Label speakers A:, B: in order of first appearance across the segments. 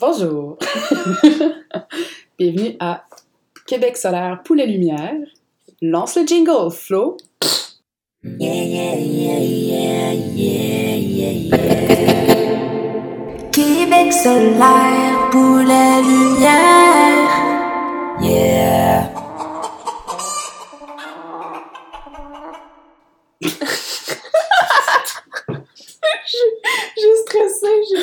A: Bonjour! Bienvenue à Québec solaire pour la lumière. Lance le jingle, Flo!
B: Québec solaire pour la lumière.
A: J'ai stressé, j'ai...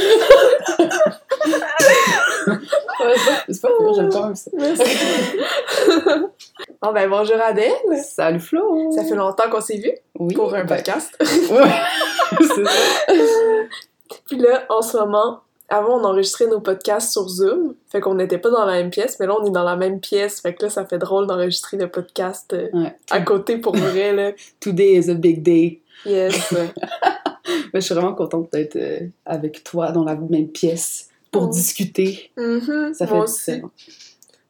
A: C'est pas pour j'aime quand même ça.
C: Bon ben bonjour Adèle,
A: Salut Flo!
C: ça fait longtemps qu'on s'est vu
A: oui,
C: pour un
A: ben,
C: podcast.
A: ouais. C'est ça.
C: Puis là, en ce moment, avant on enregistrait nos podcasts sur Zoom, fait qu'on n'était pas dans la même pièce, mais là on est dans la même pièce, fait que là ça fait drôle d'enregistrer le podcast euh,
A: Ouais.
C: à côté pour vrai là.
A: Today is a big day.
C: Yes.
A: Mais je suis vraiment contente d'être euh, avec toi dans la même pièce pour
C: Mm.
A: discuter.
C: Mhm,
A: Ça fait
C: moi
A: du
C: aussi.
A: bien.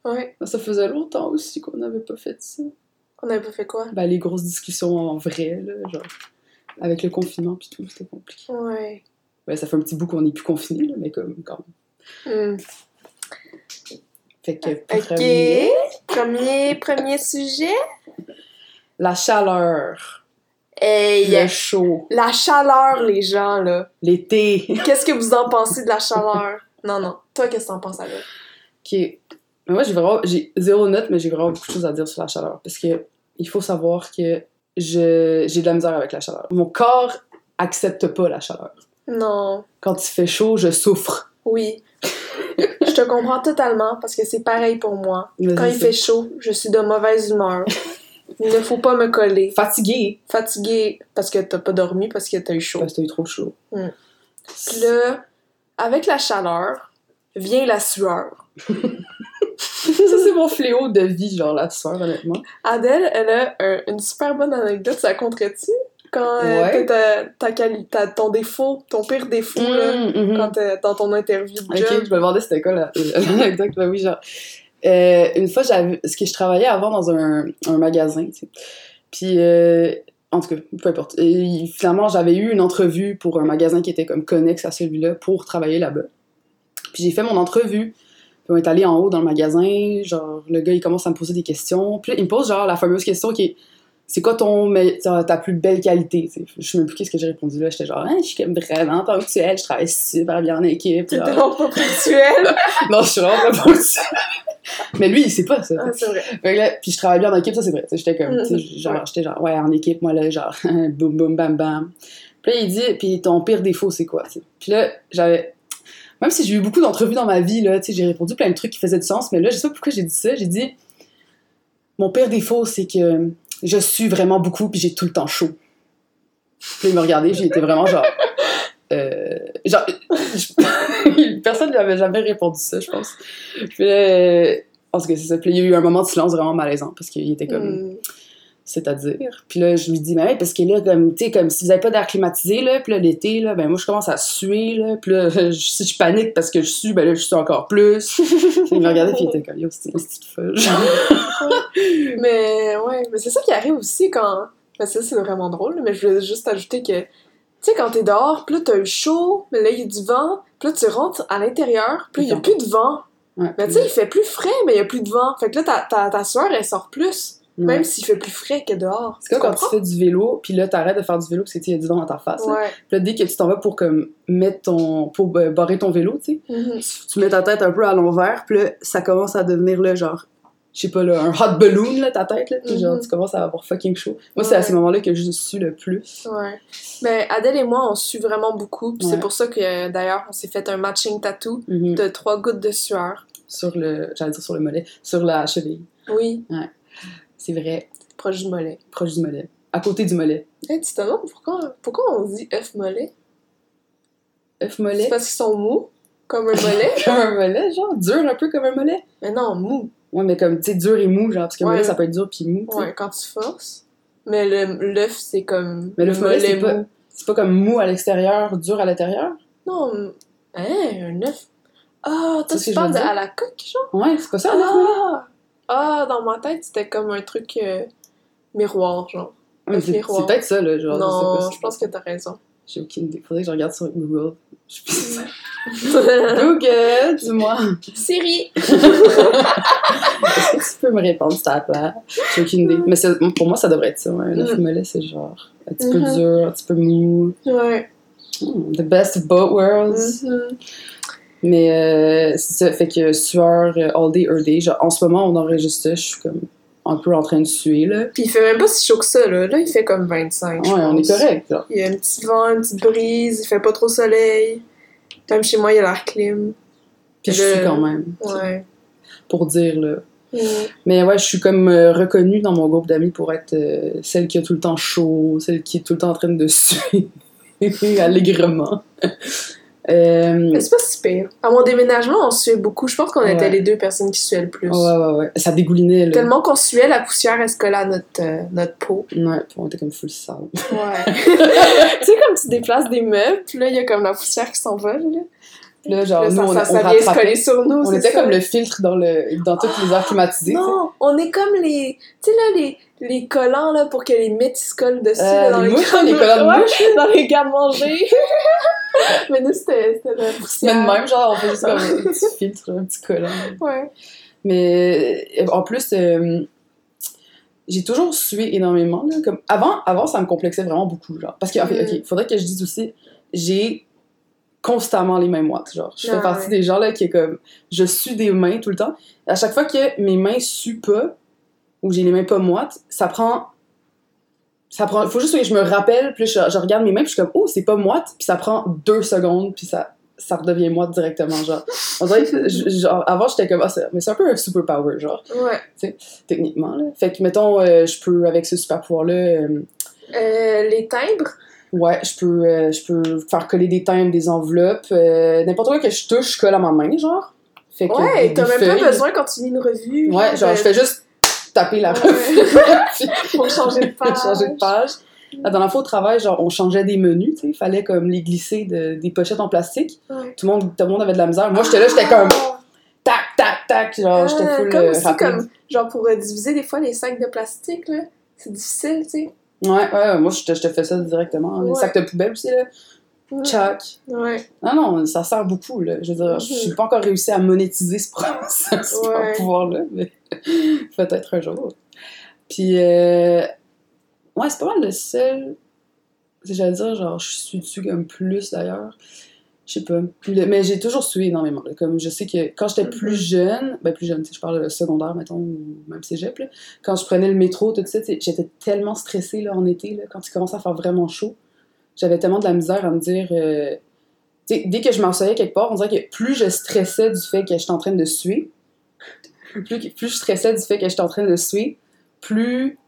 C: Ouais.
A: Ça faisait longtemps aussi qu'on n'avait pas fait ça.
C: On avait pas fait quoi?
A: Ben, les grosses discussions en vrai, là, genre, avec le confinement puis tout, c'était compliqué.
C: Ouais.
A: Ouais, ça fait un petit bout qu'on n'est plus confinés, là, mais comme quand même.
C: Hmm.
A: Fait que,
C: Ok.
A: premier,
C: Premier premier sujet.
A: la chaleur,
C: Hey.
A: le chaud,
C: La chaleur les gens là.
A: l'été.
C: Qu'est-ce que vous en pensez de la chaleur? Non non. Toi qu'est-ce que t'en penses Adèle?
A: Ok. Mais moi, j'ai vraiment. J'ai zéro note, mais j'ai vraiment beaucoup de choses à dire sur la chaleur. Parce que il faut savoir que je, j'ai de la misère avec la chaleur. Mon corps accepte pas la chaleur.
C: Non.
A: Quand il fait chaud, je souffre.
C: Oui. je te comprends totalement parce que c'est pareil pour moi.
A: Vas-y,
C: Quand il
A: c'est-
C: fait chaud, je suis de mauvaise humeur. Il ne faut pas me coller.
A: fatigué
C: Fatiguée parce que t'as pas dormi, parce que t'as eu chaud.
A: parce que t'as eu trop chaud.
C: Mm. Puis là, avec la chaleur, vient la sueur.
A: Ça, c'est mon fléau de vie, genre la soeur, honnêtement.
C: Adèle, elle a un- une super bonne anecdote, ça compterait-tu? Quand euh,
A: Ouais.
C: t'as ta- ta quali- ta- ton défaut, ton pire défaut, là,
A: Mm, mhm.
C: quand t'es- dans ton interview de
A: Ok,
C: job.
A: je me demandais c'était quoi la- l'anecdote. Ben oui, genre. euh, une fois, j'avais. Ce que je travaillais avant dans un, un magasin, tu sais. Puis, euh, en tout cas, peu importe. Et finalement, j'avais eu une entrevue pour un magasin qui était comme connexe à celui-là pour travailler là-bas. Puis j'ai fait mon entrevue. Puis on est allé en haut dans le magasin. Genre, le gars, il commence à me poser des questions. Puis là, il me pose, genre, la fameuse question qui est. C'est quoi ton, me- ta ta plus belle qualité? tu sais. Je sais même plus qu'est-ce que j'ai répondu là. J'étais genre, Hein, je suis comme vraiment ponctuelle, je travaille super bien en équipe.
C: T'es
A: genre.
C: tellement pas ponctuelle.
A: Non, je suis vraiment pas pour ça. Mais lui, il sait pas ça.
C: Ah, c'est vrai.
A: Fait que là, puis je travaille bien en équipe, ça c'est vrai. Tu sais, J'étais comme, tu sais,
C: Ouais.
A: genre, j'étais genre, ouais, en équipe, moi là, genre, boum, boum, bam, bam. Puis là, il dit, puis ton pire défaut, c'est quoi? tu sais? Puis là, j'avais. Même si j'ai eu beaucoup d'entrevues dans ma vie, là, tu sais, j'ai répondu plein de trucs qui faisaient du sens, mais là, je sais pas pourquoi j'ai dit ça. J'ai dit, mon pire défaut, c'est que je sue vraiment beaucoup, puis j'ai tout le temps chaud. Puis là, il m'a regardé, j'ai été vraiment genre. euh, genre, je- personne lui avait jamais répondu ça, je pense. Puis là, en tout cas, c'est ça. Puis là, il y a eu un moment de silence vraiment malaisant parce qu'il était comme,
C: Hmm.
A: c'est-à-dire. Puis là, je lui dis, mais ouais, parce que là, comme, tu sais, comme si vous n'avez pas d'air climatisé, là, puis là, l'été, là, ben moi, je commence à suer, là, puis là, je- si je panique parce que je sue, ben là, je sue encore plus. il me regardait, puis il était comme, yo, c'est une petite folle.
C: Hmm. Mais ouais, mais c'est ça qui arrive aussi quand. Mais ça, c'est vraiment drôle, mais je voulais juste ajouter que. Tu sais, quand t'es dehors, puis là, t'as eu chaud, mais là, il y a du vent, puis là, tu rentres à l'intérieur, puis là, il y a plus de vent.
A: Ouais.
C: Mais tu sais, il fait plus frais, mais il y a plus de vent. Fait que là, ta, ta, ta sueur, elle sort plus,
A: Ouais.
C: même s'il fait plus frais que dehors.
A: Hmm. C'est
C: Tu
A: comme quand
C: comprends?
A: tu fais du vélo, puis là, t'arrêtes de faire du vélo parce que, tu sais, il y a du vent dans ta face. là.
C: Ouais.
A: Puis là, dès que tu t'en vas pour, comme, mettre ton... pour euh, barrer ton vélo, tu sais,
C: Mhm.
A: tu, tu mets ta tête un peu à l'envers, puis là, ça commence à devenir, là, genre, je sais pas, là, un hot balloon, là, ta tête, là, puis genre,
C: Mhm.
A: tu commences à avoir fucking chaud. Moi, c'est à
C: Ouais.
A: ces moments-là que je suis le plus.
C: Ouais. Mais Adèle et moi, on suit vraiment beaucoup, puis
A: Ouais.
C: c'est pour ça que, euh, d'ailleurs, on s'est fait un matching tattoo
A: Mhm.
C: de trois gouttes de sueur.
A: Sur le, j'allais dire sur le mollet, sur la cheville.
C: Oui,
A: C'est vrai,
C: proche du mollet.
A: proche du mollet. À côté du mollet.
C: Hey, tu te demandes pourquoi, pourquoi on dit œuf mollet?
A: Œuf
C: C'est
A: mollet.
C: parce qu'ils sont mous, comme un mollet?
A: Comme un mollet, genre, dur un peu comme un mollet.
C: Mais non, mou.
A: Ouais, mais comme, tu sais, dur et mou, genre, parce que
C: Ouais.
A: mollet, ça peut être dur puis mou, tu sais.
C: Ouais, quand tu forces. Mais le- l'œuf, c'est comme.
A: Mais l'œuf mollet, c'est
C: mou.
A: pas, c'est pas comme mou à l'extérieur, dur à l'intérieur.
C: Non, m- hein, un œuf. Ah,
A: C'est
C: toi,
A: ce que
C: tu
A: je
C: parles
A: veux
C: de
A: dire.
C: à la coque, genre?
A: Ouais, c'est pas ça, un œuf mollet.
C: Ah! Ah, dans ma tête, c'était comme un truc euh, miroir, genre.
A: Ouais, mais C'est c'est
C: miroir.
A: peut-être ça, là, genre. je sais
C: non,
A: pas, c'est-
C: je pense que t'as raison.
A: J'ai aucune idée. Faudrait que je regarde sur Google. Je puisse- Google, dis-moi.
D: Série.
A: Est-ce que tu peux me répondre s'il te plaît? J'ai aucune idée. Mais c'est- pour moi, ça devrait être ça. hein, Ouais. Le
C: Mm.
A: fumolet, c'est genre un petit peu
C: Mhm.
A: dur, un petit peu mou.
C: Ouais.
A: Hmm, The best of both worlds.
C: Mhm.
A: Mais euh, c'est ça, fait que sueur euh, all day, early. Genre, en ce moment, on enregistre ça, je suis comme un peu en train de suer, là.
C: Puis il fait même pas si chaud que ça, là. Là, il fait comme 25. je
A: Ouais, on est
C: pense.
A: correct, genre.
C: Il y a un petit vent, une petite brise, il fait pas trop soleil. Même chez moi, il y a l'air clim.
A: Puis je
C: Le-
A: suis quand même,
C: Ouais.
A: pour dire, là.
C: Mhm.
A: Mais ouais, je suis comme euh, reconnue dans mon groupe d'amis pour être euh, celle qui a tout le temps chaud, celle qui est tout le temps en train de suer allègrement. Euh,
C: Mais c'est pas si pire. À mon déménagement, on suait beaucoup. Je pense qu'on
A: Ouais.
C: était les deux personnes qui suaient le plus.
A: Ouais, ouais, ouais. Ça dégoulinait, là.
C: Tellement qu'on suait, la poussière, elle se collait à notre, euh, notre peau.
A: Ouais, puis on était comme full sale.
C: Ouais. tu sais, comme tu déplaces des meubles, puis là, il y a comme la poussière qui s'envole. Là,
A: Puis Là, genre,
C: Là,
A: nous,
C: ça,
A: on,
C: ça,
A: on
C: ça vient se
A: rattrapait.
C: coller sur nous.
A: On
C: c'est
A: était
C: ça.
A: comme le filtre dans, le, dans toutes les airs climatisées.
C: Non, on est comme les. Tu sais, là, les, les collants, là, pour que les mythes se collent dessus,
A: Euh,
C: là, dans
A: les
C: les,
A: mouches,
C: garde-
A: les collants de
C: Ouais, dans les garde-manger. Mais nous, c'était c'était la
A: tu sais.
C: poussière.
A: Mais de même, genre, on fait juste comme un petit filtre, un petit collant.
C: Ouais.
A: Mais euh, en plus, euh, j'ai toujours sué énormément. Là. Comme, avant, avant, ça me complexait vraiment beaucoup. Genre. Parce que, ok,
C: Mm.
A: ok, faudrait que je dise aussi, j'ai constamment les mêmes watts. Genre. Je fais
C: Ah,
A: partie
C: ouais.
A: des gens là, qui est comme, je sue des mains tout le temps. À chaque fois que mes mains suent pas, ou j'ai les mains pas moites, ça prend. Ça prend, faut juste que je me rappelle, puis je, je regarde mes mains, puis je suis comme, oh, c'est pas moite, puis ça prend deux secondes, puis ça, ça redevient moite directement, genre. On dirait que, je- genre, avant, j'étais comme, ah, c'est- mais c'est un peu un superpower, genre,
C: Ouais.
A: techniquement, là. Fait que, mettons, euh, je peux, avec ce super pouvoir-là, euh,
C: Euh, les timbres.
A: ouais, je peux, euh, je peux faire coller des timbres, des enveloppes, euh, n'importe quoi que je touche, je colle à ma main, genre. Fait que,
C: Ouais,
A: des-
C: t'as
A: des
C: même
A: feuilles.
C: pas besoin quand tu lis une revue.
A: Ouais, genre,
C: de-
A: je fais juste taper la
C: Ouais.
A: revue.
C: Pour changer de page.
A: changer de page. La dernière fois au travail, genre, on changeait des menus, tu sais, il fallait comme les glisser de, des pochettes en plastique.
C: Ouais.
A: Tout, le monde, tout le monde avait de la misère. Moi, j'étais là, j'étais comme tac, tac, tac, genre, j'étais
C: Ah,
A: full
C: comme
A: euh,
C: aussi,
A: rapide.
C: comme, genre, pour euh, diviser des fois les sacs de plastique, là. C'est difficile, tu sais.
A: Ouais, ouais, moi, je te, je te fais ça directement. Les
C: Ouais.
A: sacs de poubelle aussi, là,
C: Ouais.
A: tchac.
C: Ouais.
A: Non, non, ça sert beaucoup, là. Je veux dire, je suis pas encore réussi à monétiser ce, pro- ce
C: Ouais.
A: pouvoir-là, mais peut-être un jour. Puis, euh, ouais, c'est pas mal le seul. J'allais dire, genre, je suis dessus comme plus d'ailleurs. Je sais pas. Le- mais j'ai toujours sué énormément. là. Comme je sais que quand j'étais plus jeune, ben plus jeune, tu sais, je parle de secondaire, mettons, ou même cégep, là, quand je prenais le métro, tout ça, tu sais, j'étais tellement stressée là, en été, là, quand il commençait à faire vraiment chaud. J'avais tellement de la misère à me dire. euh, tu sais, dès que je m'en sortais quelque part, on dirait que plus je stressais du fait que j'étais en train de suer, plus, que- plus je stressais du fait que j'étais en train de suer, plus,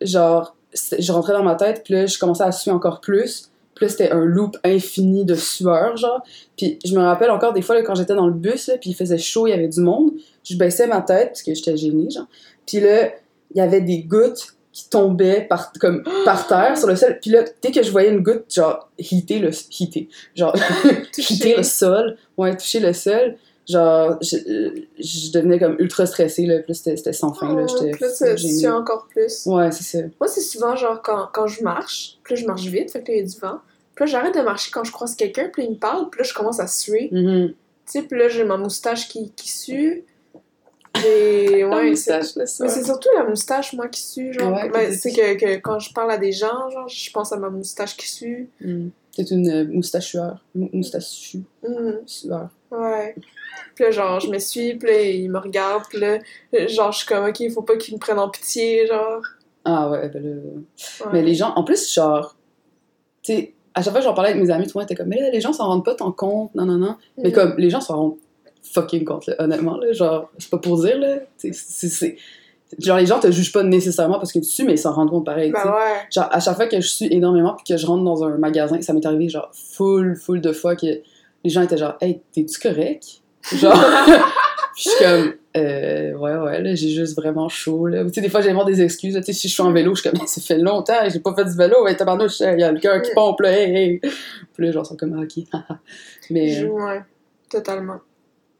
A: genre, c'est- je rentrais dans ma tête, puis là, je commençais à suer encore plus. Puis là, c'était un loop infini de sueur, genre. Puis je me rappelle encore des fois, là, quand j'étais dans le bus, là, puis il faisait chaud, il y avait du monde, je baissais ma tête, parce que j'étais gênée, genre. Puis là, il y avait des gouttes qui tombaient par, comme, par terre sur le sol. Puis là, dès que je voyais une goutte, genre, heater le... Heater, genre, toucher le sol. Ouais, toucher le sol. Genre, je, euh, je devenais comme ultra stressée, là. Plus c'était c'était sans fin, là. J'étais
C: Plus, euh, tu
A: gênée.
C: suis encore plus.
A: Ouais, c'est ça.
C: Moi, c'est souvent genre quand, quand je marche, puis là, je marche vite, fait que là, il y a du vent. Puis là, j'arrête de marcher quand je croise quelqu'un, puis là, il me parle, puis là, je commence à suer.
A: Mhm.
C: Tu sais, puis là, j'ai ma moustache qui, qui sue. J'ai.
A: La
C: Ouais, c'est-
A: moustache, là, ça.
C: Ah, mais c'est surtout la moustache, moi, qui sue. Genre,
A: Ouais,
C: Ben,
A: que-
C: c'est que, que quand je parle à des gens, genre, je pense à ma moustache qui sue.
A: Mm. C'est une euh, moustachueur. Mou- Moustachu.
C: Hum.
A: Sueur.
C: Ouais. Puis là, genre, je me suis, puis là, il me regarde, puis là, genre, je suis comme, ok, faut pas qu'il me prenne en pitié, genre.
A: Ah ouais, ben là.
C: Ouais.
A: Mais les gens, en plus, genre, tu sais, à chaque fois que j'en parlais avec mes amis, tout le monde était comme, mais là, les gens s'en rendent pas tant compte, non, non, non. Mais
C: Mm.
A: comme, les gens s'en rendent fucking compte, là, honnêtement, là, genre, c'est pas pour dire, là. tu sais, C'est, c'est- Genre, les gens te jugent pas nécessairement parce que tu sues, mais ils s'en rendent compte pareil, tu sais. euh,
C: Ben ouais.
A: Genre, à chaque fois que je suis énormément puis que je rentre dans un magasin, ça m'est arrivé, genre, full, full de fois que les gens étaient genre, hey, t'es-tu correct? Genre, puis je suis comme, euh, ouais, ouais, là, j'ai juste vraiment chaud, là. Ou Tu sais, des fois, j'invente des excuses, là. tu sais, si je suis en vélo, je suis comme, ça fait longtemps, j'ai pas fait du vélo, ouais, tabarnouche, il y a le cœur qui pompe, là, hey, hey. Puis là, genre, ils sont comme, ah, ok, haha. Mais
C: Je-
A: euh,
C: Ouais, totalement.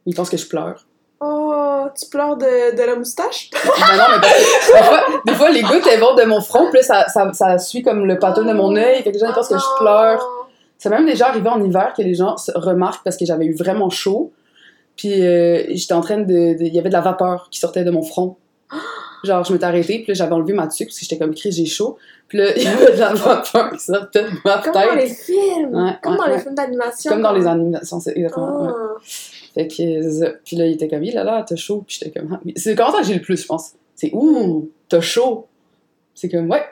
A: ils pensent que je pleure.
C: Oh, tu pleures de, de la moustache?
A: Ben non, mais parce que, des, fois, des fois, les gouttes, elles vont de mon front, puis là, ça, ça, ça suit comme le pattern de mon œil, fait que les gens, ils pensent que je pleure. C'est même déjà arrivé en hiver que les gens se remarquent parce que j'avais eu vraiment chaud. Puis euh, j'étais en train de. de- Il y avait de la vapeur qui sortait de mon front. Genre, je m'étais arrêtée, puis là, j'avais enlevé ma tuque parce que j'étais comme cri, j'ai chaud. Puis là, il y avait de la vapeur qui sortait de ma
C: Comme
A: tête.
C: dans les films.
A: Ouais,
C: comme
A: ouais,
C: dans les
A: ouais.
C: films d'animation.
A: Comme dans les
C: quand-
A: animations, c'est exactement. ouais.
C: Ah.
A: Fait que, c'est ça. puis là, il était comme, il là là, t'as chaud. Puis j'étais comme, Ah, mais c'est le commentaire que j'ai le plus, je pense. C'est, ouh, t'as chaud. C'est comme, ouais,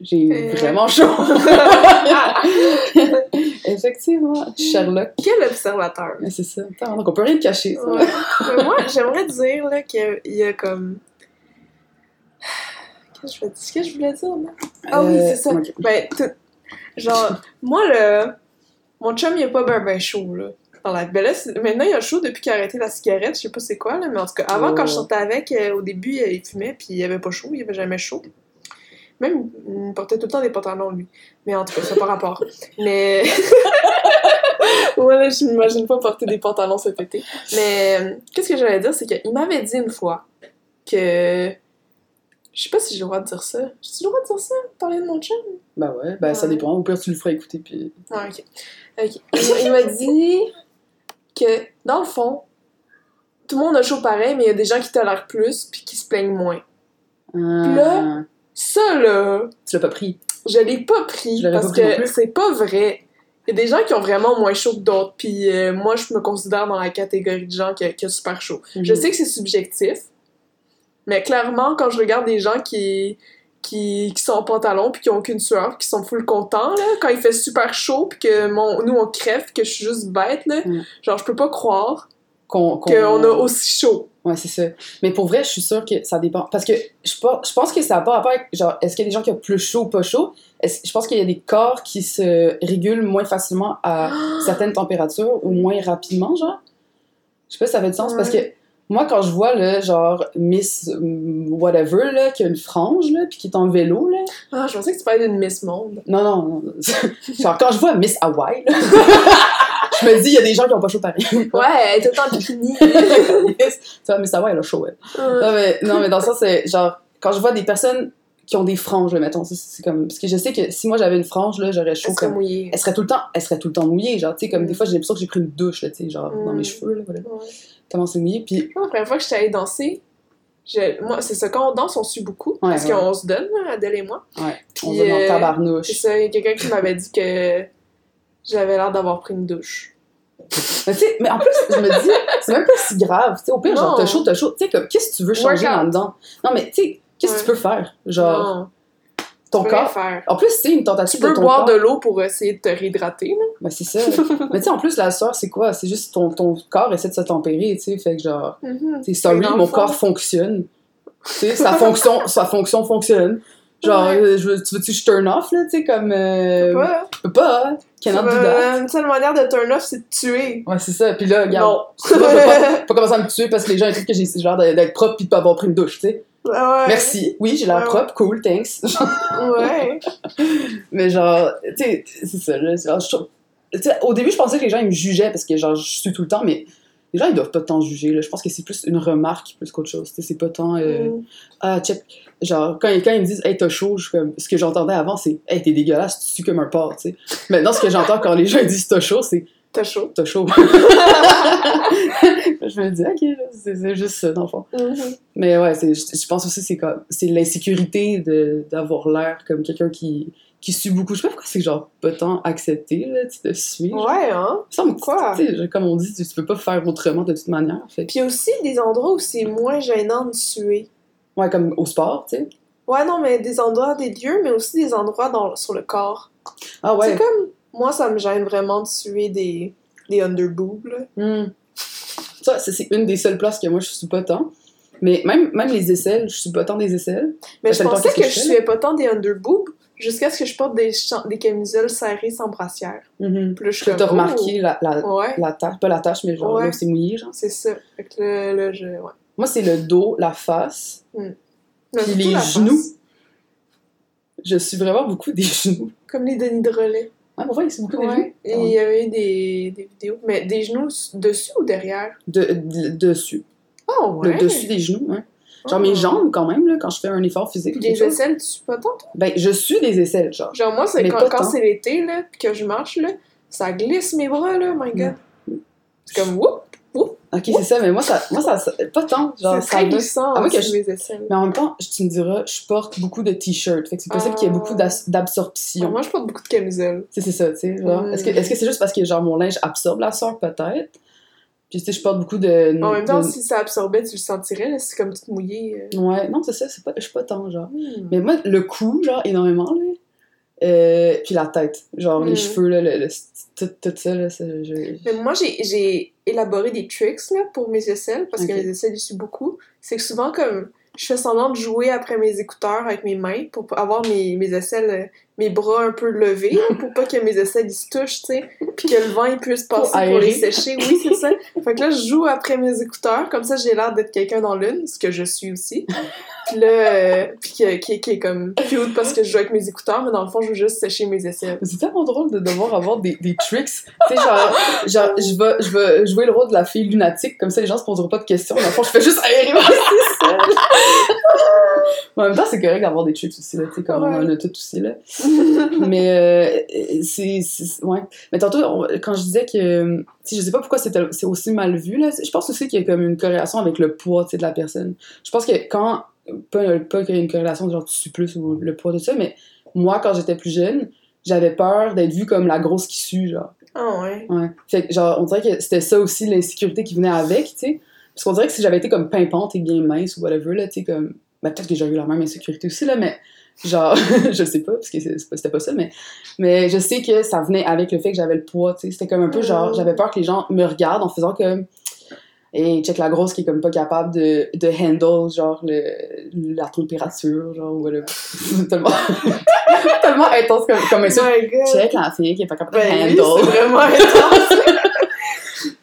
A: j'ai
C: Euh.
A: vraiment chaud. Effectivement, Sherlock,
C: Quel observateur.
A: Mais c'est ça. Putain, Donc, on peut rien te cacher, ça.
C: Ouais. Mais moi, j'aimerais dire là, qu'il y a comme. Qu'est-ce que je, veux- ce que je voulais dire là? Ah oui,
A: Euh,
C: c'est ça.
A: ok.
C: Ben, tout- Genre, moi, là, mon chum, il a pas ben, ben chaud, là. Dans la... ben là, c'est- maintenant, il a chaud depuis qu'il a arrêté la cigarette, je sais pas c'est quoi, là, mais en tout cas, avant,
A: Oh.
C: quand je sortais avec, euh, au début, euh, il fumait, puis il avait pas chaud, il avait jamais chaud. Même, il portait tout le temps des pantalons, lui. Mais en tout cas, ça n'a pas rapport. Mais. voilà, je m'imagine pas porter des pantalons cet été. Mais, euh, qu'est-ce que j'allais dire, c'est qu'il m'avait dit une fois que. Je sais pas si j'ai le droit de dire ça. J'ai le droit de dire ça? Parler de mon chum?
A: Ben ouais, ben ça
C: Ouais.
A: dépend. Au pire, tu le feras écouter, puis.
C: Ah, ok. Ok. Il, il m'a dit que, dans le fond, tout le monde a chaud pareil, mais il y a des gens qui tolèrent plus puis qui se plaignent moins.
A: Ah,
C: Ça, là,
A: Tu l'as pas pris.
C: je l'ai pas pris
A: Je l'avais
C: parce
A: pas pris non
C: que
A: plus.
C: c'est pas vrai. Il y a des gens qui ont vraiment moins chaud que d'autres, puis euh, moi, je me considère dans la catégorie de gens qui, qui a super chaud. Je sais que c'est subjectif, mais clairement, quand je regarde des gens qui, qui, qui sont en pantalon puis qui ont aucune sueur, qui sont full contents, là, quand il fait super chaud puis que mon, nous on crève, que je suis juste bête, là,
A: Mm.
C: genre je peux pas croire
A: Qu'on qu'on-
C: qu'on a aussi chaud.
A: Ouais, c'est ça. Mais pour vrai, je suis sûre que ça dépend. Parce que je pense, je pense que ça n'a pas rapport avec, genre, est-ce qu'il y a des gens qui ont plus chaud ou pas chaud? Est-ce- Je pense qu'il y a des corps qui se régulent moins facilement à certaines températures ou moins rapidement, genre. Je sais pas si ça fait du sens, parce que moi, quand je vois, là, genre, Miss euh, Whatever, là, qui a une frange, là, puis qui est en vélo, là.
C: Ah, je pensais que tu parlais d'une Miss Monde.
A: Non, non, non. genre, quand je vois Miss Hawaii, là, je me dis, il y a des gens qui ont pas chaud pareil.
C: Ouais, elle était en bikini.
A: Miss- tu vois, Miss Hawaii, elle a chaud, elle.
C: Ah,
A: Non mais, non, mais dans le sens, c'est genre, quand je vois des personnes qui ont des franges, là, mettons, ça, c'est comme. Parce que je sais que si moi j'avais une frange, là, j'aurais
C: Elle
A: chaud.
C: serait
A: Comme...
C: mouillée.
A: Elle serait tout le temps, elle serait tout le temps mouillée, genre, tu sais, comme
C: Mm.
A: des fois j'ai l'impression que j'ai pris une douche, là, tu sais, genre, dans
C: Mm.
A: mes cheveux, là, voilà.
C: Ouais.
A: Comment c'est mouillé, puis.
C: Moi, La première fois que j'étais allée danser, je- moi, c'est ça, quand on danse, on sue beaucoup. parce
A: ouais.
C: qu'on se donne, là, Adèle et moi.
A: Ouais, on
C: Puis,
A: va dans
C: euh,
A: le
C: C'est
A: tabarnouche.
C: ça, il y a quelqu'un qui m'avait dit que j'avais l'air d'avoir pris une douche.
A: Mais tu sais, mais en plus, je me dis, c'est même pas si grave, tu sais, au pire, genre,
C: Non.
A: t'as chaud, t'as chaud, tu sais, comme, qu'est-ce que tu veux changer
C: Workout.
A: là-dedans? Non, mais tu sais, qu'est-ce que
C: Ouais.
A: tu peux faire? Genre,
C: Non,
A: ton
C: tu peux rien
A: corps.
C: faire.
A: En plus, tu sais, une tentative
C: Tu peux
A: de ton
C: boire
A: corps.
C: de l'eau pour essayer de te réhydrater. là.
A: Ben, c'est ça. Mais tu sais, en plus, la soeur, c'est quoi? C'est juste ton, ton corps essaie de se tempérer, tu sais. Fait que genre, c'est sorry,
C: Mais dans le
A: mon
C: fond-
A: corps fonctionne. Tu sais, sa fonction, sa fonction fonctionne. Genre,
C: Ouais.
A: euh, je veux- tu veux-tu que je turn off, là, tu sais, comme. Euh,
C: Ouais.
A: je peux pas. Cannot do that.
C: Euh, Une seule manière de turn off, c'est de tuer.
A: Ouais, c'est ça. Puis là, regarde.
C: Non.
A: Moi, je vais pas, pas commencer à me tuer parce que les gens ils trouvent que j'ai j'ai l'air d'être propre pis de pas avoir pris une douche, tu sais.
C: Ah Ouais.
A: Merci. Oui, j'ai l'air
C: Ouais.
A: propre. Cool, thanks.
C: Ouais.
A: Mais genre, tu sais, c'est ça, là. genre, je trouve- tu sais, au début, je pensais que les gens, ils me jugeaient parce que, genre, je suis tout le temps, mais les gens, ils doivent pas tant juger, là. Je pense que c'est plus une remarque plus qu'autre chose. Tu sais, c'est pas tant. euh,
C: Mm.
A: Ah, check. Genre, quand, quand ils me disent, hey, t'as chaud, je suis comme- ce que j'entendais avant, c'est, hey, t'es dégueulasse, tu sues comme un porc, tu sais. Maintenant, ce que j'entends quand les gens ils disent, t'as chaud, c'est,
C: T'as chaud.
A: t'as chaud. je me dis, ok, c'est c'est juste ça, dans le fond. Mais ouais, c'est- je je pense aussi que c'est comme c'est l'insécurité de d'avoir l'air comme quelqu'un qui qui sue beaucoup. Je sais pas pourquoi c'est genre pas tant accepté là, tu te suivre.
C: Ouais, hein.
A: Ça me
C: Quoi?
A: Tu sais, je- comme on dit, tu, tu peux pas faire autrement de toute manière. Fait. que-
C: Puis il y a aussi des endroits où c'est moins gênant de suer.
A: Ouais, comme au sport, tu sais.
C: Ouais, non, mais des endroits, des lieux, mais aussi des endroits dans, sur le corps.
A: Ah ouais.
C: C'est comme, moi, ça me gêne vraiment de suer des, des underboobs, là.
A: Hmm. Ça, c'est- c'est une des seules places que moi je suis pas tant. Mais même, même les aisselles, je suis pas tant des aisselles.
C: Mais
A: Ça
C: je
A: dépend
C: pensais
A: qu'est-ce
C: que,
A: que
C: je
A: je fais,
C: suivais pas tant des underboobs jusqu'à ce que je porte des, cha- des camisoles serrées sans brassière.
A: Mhm.
C: Puis là, je suis
A: Tu
C: comme,
A: as
C: oh,
A: remarqué la, la,
C: Ouais,
A: la tache, pas la tache, mais genre
C: Ouais.
A: là où c'est mouillé, genre.
C: c'est ça. Fait que là, là, je. Ouais.
A: Moi, c'est le dos, la face,
C: Mais
A: Puis
C: surtout
A: les
C: la face.
A: genoux. Je suis vraiment beaucoup des genoux.
C: Comme les Denis de relais.
A: Ah, pour vrai, c'est beaucoup des genoux. Ah
C: Ouais. Et il y avait eu des, des vidéos. Mais des genoux s- dessus ou derrière
A: De, de- dessus.
C: Oh, ouais.
A: Le dessus des genoux, hein. Ah Genre
C: Ah.
A: mes jambes, quand même, là, quand je fais un effort physique. ou quelque
C: Des
A: chose.
C: aisselles, tu suis pas tant, toi
A: Ben, je suis des aisselles, genre.
C: Genre, moi, c'est
A: Mais
C: quand,
A: pas
C: quand
A: tant.
C: c'est l'été, là, pis que je marche, là, ça glisse mes bras, là, my god.
A: Mm.
C: C'est comme, whoop,
A: Ok, c'est ça, mais moi, ça, moi, ça, ça- pas tant. Genre,
C: c'est
A: ça
C: très
A: me-
C: glissant
A: Ah oui, que
C: sous
A: je-
C: mes aisselles.
A: Mais en même temps, je- tu me diras, je porte beaucoup de t-shirts. Fait que c'est possible
C: Ah.
A: qu'il y ait beaucoup d'as- d'absorption.
C: Moi, je porte beaucoup de camisoles.
A: Tu sais, c'est ça, tu sais. genre.
C: Mm.
A: Est-ce que est-ce que c'est juste parce que, genre, mon linge absorbe la sueur, peut-être? Puis, tu sais, je porte beaucoup de.
C: En même temps,
A: de-
C: si ça absorbait, tu le sentirais, là, c'est comme tout mouillé. euh.
A: Ouais, non, c'est ça, c'est pas, je suis pas tant, genre.
C: Hmm.
A: Mais moi, le cou, genre, énormément, là. Euh, puis la tête, genre
C: Mm.
A: les cheveux, là, le, le- tout, tout ça, là, ça, je-
C: Mais moi, j'ai- j'ai élaboré des tricks là, pour mes aisselles, parce
A: Ok.
C: que les aisselles, je suis beaucoup. C'est que souvent, comme, je fais semblant de jouer après mes écouteurs avec mes mains pour pas- avoir mes, mes aisselles, euh, mes bras un peu levés, là, pour pas que mes aisselles, ils se touchent, tu sais, puis que le vent, il puisse passer pour,
A: aérer.
C: les sécher. Oui, c'est ça. Fait que là, je joue après mes écouteurs, comme ça, j'ai l'air d'être quelqu'un dans l'une, ce que je suis aussi. Puis là, euh, puis que- qui, qui est comme cute parce que je joue avec mes écouteurs, mais dans le fond, je veux juste sécher mes aisselles.
A: C'est tellement drôle de devoir avoir des, des tricks. Tu sais, genre, genre je, vais, je vais jouer le rôle de la fille lunatique, comme ça les gens se poseront pas de questions. Dans le fond, je fais juste aérer ma Mais en même temps, c'est correct d'avoir des tricks aussi, là, tu sais, comme
C: Ouais.
A: on en a tout aussi, là. Mais euh, c'est. c'est- Ouais. Mais tantôt, on- quand je disais que. Tu sais, je sais pas pourquoi c'est tel- c'est aussi mal vu, là. Je pense aussi qu'il y a comme une corrélation avec le poids, tu sais, de la personne. Je pense que quand. Pas, pas qu'il y a une corrélation, genre, tu sues plus ou le poids de ça, mais moi, quand j'étais plus jeune, j'avais peur d'être vue comme la grosse qui sue, genre.
C: Ah ouais.
A: Ouais. Fait que, genre, on dirait que c'était ça aussi l'insécurité qui venait avec, tu sais. Parce qu'on dirait que si j'avais été comme pimpante et bien mince ou whatever, là, tu sais, comme. Ben, peut-être que j'aurais eu la même insécurité aussi, là, mais genre, je sais pas, parce que c'est- c'est pas- c'était pas ça, mais. Mais je sais que ça venait avec le fait que j'avais le poids, tu sais. C'était comme un peu genre,
C: Mm.
A: j'avais peur que les gens me regardent en faisant comme. Et check la grosse qui est comme pas capable de, de handle, genre, le- la température, genre, ou whatever. C'est tellement, tellement intense comme, comme insulte.
C: Oh My God.
A: Check la fille qui est pas capable
C: Ben oui,
A: de handle.
C: c'est vraiment intense.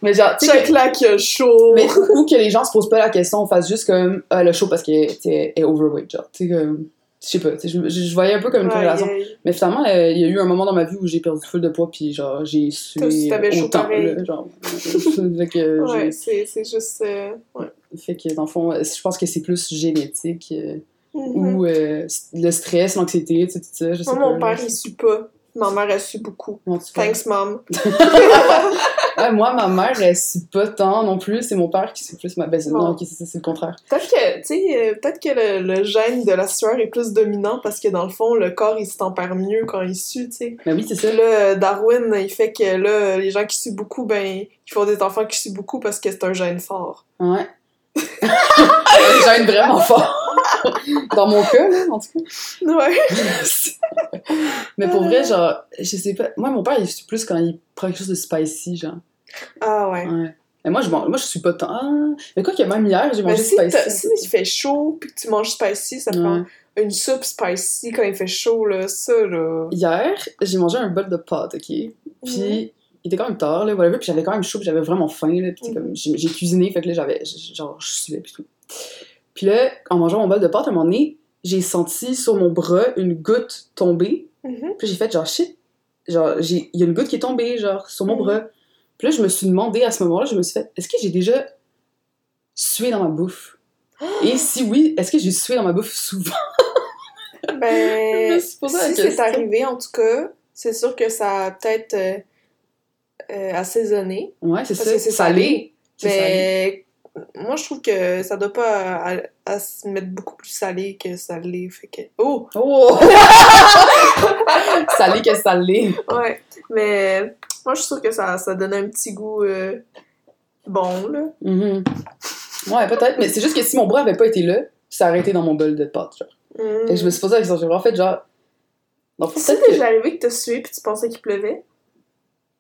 A: Mais genre, tu sais,
C: Check là qu'il y a euh, chaud.
A: Mais ou que les gens se posent pas la question, on fasse juste comme ah, le show parce qu'elle tu sais, elle est overweight, genre. Tu sais, comme. Je sais pas, tu sais, je, je- je voyais un peu comme une
C: Ouais,
A: corrélation.
C: ouais.
A: Mais finalement, euh, il y a eu un moment dans ma vie où j'ai perdu full de poids, puis genre, j'ai su
C: Toi aussi, t'avais chaud
A: autant,
C: pareil.
A: là, genre. fait, que
C: Ouais, c'est c'est juste. euh, ouais.
A: j'ai- fait que, dans le fond, euh, je pense que c'est plus génétique, euh,
C: Mhm.
A: ou euh, le stress, l'anxiété, tu sais, tout ça, je sais
C: Moi,
A: pas.
C: mon
A: là.
C: père, il sue pas. Ma mère, elle sue beaucoup.
A: Non, tu vois.
C: Thanks, mom.
A: Ouais, moi, ma mère, elle suit pas tant non plus, c'est mon père qui suit plus ma... Ben, c'est-
C: Bon.
A: non, ok, c'est ça, c'est le contraire.
C: Peut-être que, tu sais, euh, peut-être que le, le gène de la sueur est plus dominant parce que dans le fond, le corps, il se tempère mieux quand il sue, tu sais.
A: Mais oui, c'est ça.
C: Puis là, euh, Darwin, il fait que là, les gens qui suent beaucoup, ben, ils font des enfants qui suent beaucoup parce que c'est un gène fort.
A: Ouais. Elle gêne vraiment fort. Dans mon cas, là, en tout
C: Ouais.
A: cas. Mais pour vrai, genre, je sais pas. Moi, mon père, il suit plus quand il prend quelque chose de spicy, genre.
C: Ah ouais.
A: Ouais. Mais moi, je, mange- moi, je suis pas tant. Ah. Mais quoi que même hier, j'ai
C: Mais
A: mangé
C: Ben, si, t'as-
A: spicy.
C: si il fait chaud puis que tu manges spicy, ça
A: Ouais.
C: prend une soupe spicy quand il fait chaud, là, ça, là.
A: Hier, j'ai mangé un bol de pâtes, ok? Puis,
C: Mhm.
A: il était quand même tard, là, whatever. Puis j'avais quand même chaud, puis j'avais vraiment faim, là. Puis, tu sais,
C: Mhm.
A: comme, j'ai j'ai cuisiné, fait que là, j'avais. j- Genre, je suais, puis tout. Puis là, en mangeant mon bol de pâtes, à un moment donné, j'ai senti sur mon bras une goutte tomber.
C: Mhm.
A: Puis j'ai fait genre shit. Genre, j'ai- il y a une goutte qui est tombée, genre, sur mon
C: Mhm.
A: bras. Puis là, je me suis demandé à ce moment-là, je me suis fait, est-ce que j'ai déjà sué dans ma bouffe?
C: Ah!
A: Et si oui, est-ce que j'ai sué dans ma bouffe souvent?
C: Ben,
A: Merci pour la
C: si c'est
A: question.
C: arrivé, en tout cas, c'est sûr que ça a peut-être euh, euh, assaisonné.
A: Ouais, c'est
C: Parce
A: ça.
C: que c'est salé.
A: C'est salé.
C: Mais moi, je trouve que ça doit pas à, à se mettre beaucoup plus salé que salé. Fait que... Oh!
A: Oh! salé que salé.
C: Ouais. Mais moi, je suis sûre que ça, ça donne un petit goût euh, bon, là.
A: Mhm. Ouais, peut-être, mais c'est juste que si mon bras avait pas été là, ça aurait été dans mon bol de pâtes, genre. Fait que je me suis posé la question, j'ai vraiment fait genre. Non,
C: Mm. C'est
A: peut-être que-
C: déjà arrivé que t'as sué puis tu pensais qu'il pleuvait?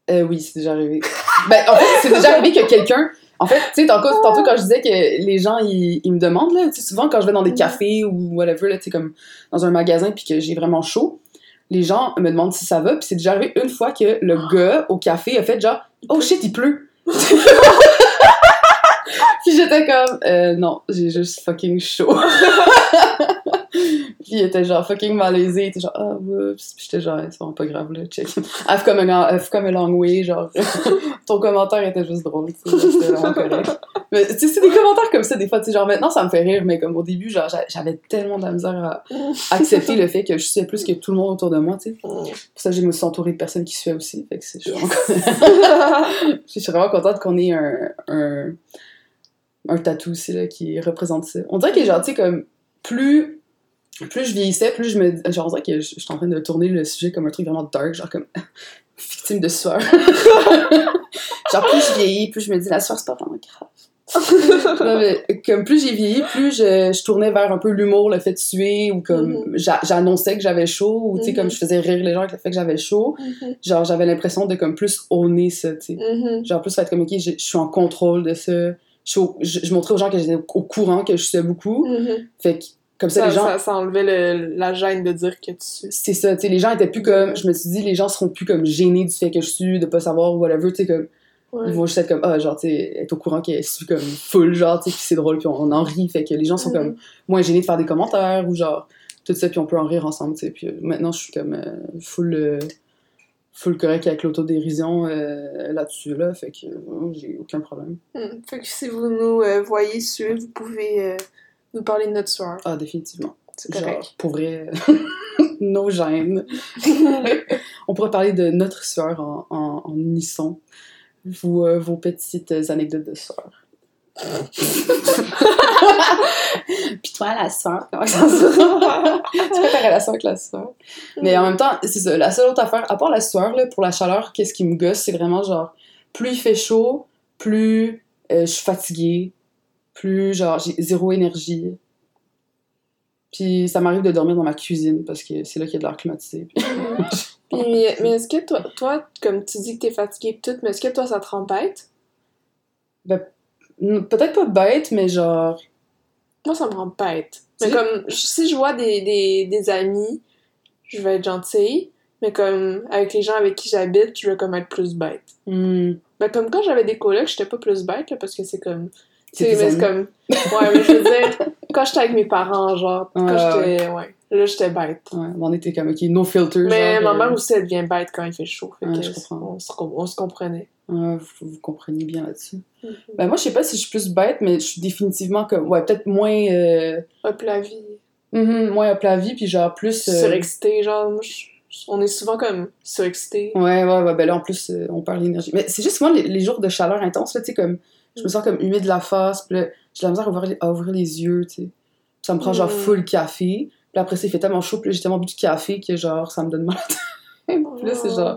A: Euh, oui, c'est déjà arrivé. ben, en fait, c'est déjà arrivé que quelqu'un. En fait, tu sais, tantôt, tantôt quand je disais que les gens, ils, ils me demandent, là, tu sais, souvent quand je vais dans des
C: Mhm.
A: cafés ou whatever, là, tu sais, comme dans un magasin puis que j'ai vraiment chaud, les gens me demandent si ça va, puis c'est déjà arrivé une fois que le
C: Ah.
A: gars au café a fait genre, oh shit, il pleut. puis j'étais comme, Euh, non, j'ai juste fucking chaud. Puis il était genre fucking malaisé, il était genre ah whoops, puis j'étais genre c'est vraiment pas grave là, check. I've come a long, I've come a long way, genre ton commentaire était juste drôle, tu sais, c'était vraiment correct. Mais tu sais, c'est des commentaires comme ça, des fois, tu sais, genre maintenant, ça me fait rire, mais comme au début, genre, j'a- j'avais tellement de la misère à accepter le fait que je sais plus que tout le monde autour de moi, tu sais.
C: Mm-hmm.
A: Pour ça, je me suis entourée de personnes qui suaient aussi. Fait que c'est- je, suis vraiment- je suis vraiment contente qu'on ait un, un, un tatou aussi, là, qui représente ça. On dirait que, genre, tu sais, comme, plus, plus je vieillissais, plus je me. Genre, on dirait que je, je suis en train de tourner le sujet comme un truc vraiment dark, genre, comme. victime de sueur. genre, plus je vieillis, plus je me dis, la sueur, c'est pas vraiment grave. Non, mais comme plus j'ai vieilli, plus je, je tournais vers un peu l'humour, le fait de suer, ou comme j'a- j'annonçais que j'avais chaud, ou tu sais,
C: Mhm.
A: comme je faisais rire les gens avec le fait que j'avais chaud.
C: Mm-hmm.
A: Genre, j'avais l'impression de comme plus honner ça, tu sais.
C: Mhm.
A: Genre, plus faire comme, ok, je je suis en contrôle de ça. Je, suis au- je, je montrais aux gens que j'étais au au courant, que je suais beaucoup. Fait que, comme ça,
C: Mhm. Mm-hmm. Ça,
A: les gens.
C: ça, ça enlevait le- la gêne de dire que tu suces.
A: C'est ça, tu sais, les gens étaient plus comme. Je me suis dit, les gens seront plus comme gênés du fait que je suis, de pas savoir, whatever, tu sais, comme. Ils vont juste être comme, ah, genre, tu sais, être au courant qu'elle suit comme full, genre, tu sais, puis c'est drôle, puis on, on en rit. Fait que les gens sont
C: Mhm. Mm-hmm.
A: comme moins gênés de faire des commentaires ou genre, tout ça, puis on peut en rire ensemble, tu sais. Puis euh, maintenant, je suis comme euh, full, euh, full correct avec l'autodérision euh, là-dessus, là. Fait que euh, j'ai aucun problème.
C: Mm. Fait que si vous nous euh, voyez suer, vous pouvez euh, nous parler de notre sueur.
A: Ah, définitivement.
C: C'est correct.
A: Genre, pour vrai, nos gènes. on pourrait parler de notre sueur en, en, en unisson. Vos, euh, vos petites anecdotes de sueur. Puis toi, la sueur, comment ça se C'est quoi ta relation avec la sueur? Mais en même temps, c'est ça. La seule autre affaire, à part la sueur, là, pour la chaleur, qu'est-ce qui me gosse, c'est vraiment genre, plus il fait chaud, plus euh, je suis fatiguée, plus genre, j'ai zéro énergie. Puis ça m'arrive de dormir dans ma cuisine parce que c'est là qu'il y a de l'air climatisé.
C: Puis, mais mais est-ce que toi, toi, comme tu dis que t'es fatiguée pis tout, mais est-ce que toi, ça te rend bête?
A: Mm, Peut-être pas bête, mais genre.
C: Moi, ça me rend bête. Mais
A: Tu-
C: comme, je- si je vois des, des, des amis, je vais être gentille, mais comme, avec les gens avec qui j'habite, je vais comme être plus bête.
A: hmm,
C: Ben, comme quand j'avais des colocs, j'étais pas plus bête, là, parce que c'est comme... Tu
A: c'est
C: sais,
A: tes
C: mais c'est
A: amis.
C: comme... Ouais, mais je veux dire, quand j'étais avec mes parents, genre,
A: Ouais,
C: quand j'étais... Ouais, là, j'étais bête.
A: Ouais, à un moment donné, t'es comme, ok, no filter.
C: Mais
A: genre,
C: ma mère
A: euh,
C: aussi, elle devient bête quand il fait chaud. Fait
A: Ouais,
C: que
A: je comprends.
C: On, se, com- on se comprenait.
A: euh, ouais, vous, vous comprenez bien là-dessus.
C: Mm-hmm.
A: Ben, moi, je sais pas si je suis plus bête, mais je suis définitivement comme. Ouais, peut-être moins. euh,
C: Hop, la vie.
A: mhm, moins à plat vie, puis genre plus. euh,
C: Surexcité, genre. moi, je- je- On est souvent comme surexcité.
A: Ouais, ouais, ouais, ben là, en plus, euh, on perd l'énergie. Mais c'est juste, moi, les, les jours de chaleur intense, là, tu sais, comme, je me sens comme humide de la face, puis là, j'ai de la misère à ouvrir les, à ouvrir les yeux, tu sais. Puis ça me prend, genre,
C: Mm.
A: full café. Puis après, c'est fait tellement chaud, puis là, j'ai tellement bu du café que, genre, ça me donne mal à la tête. Puis là, c'est genre...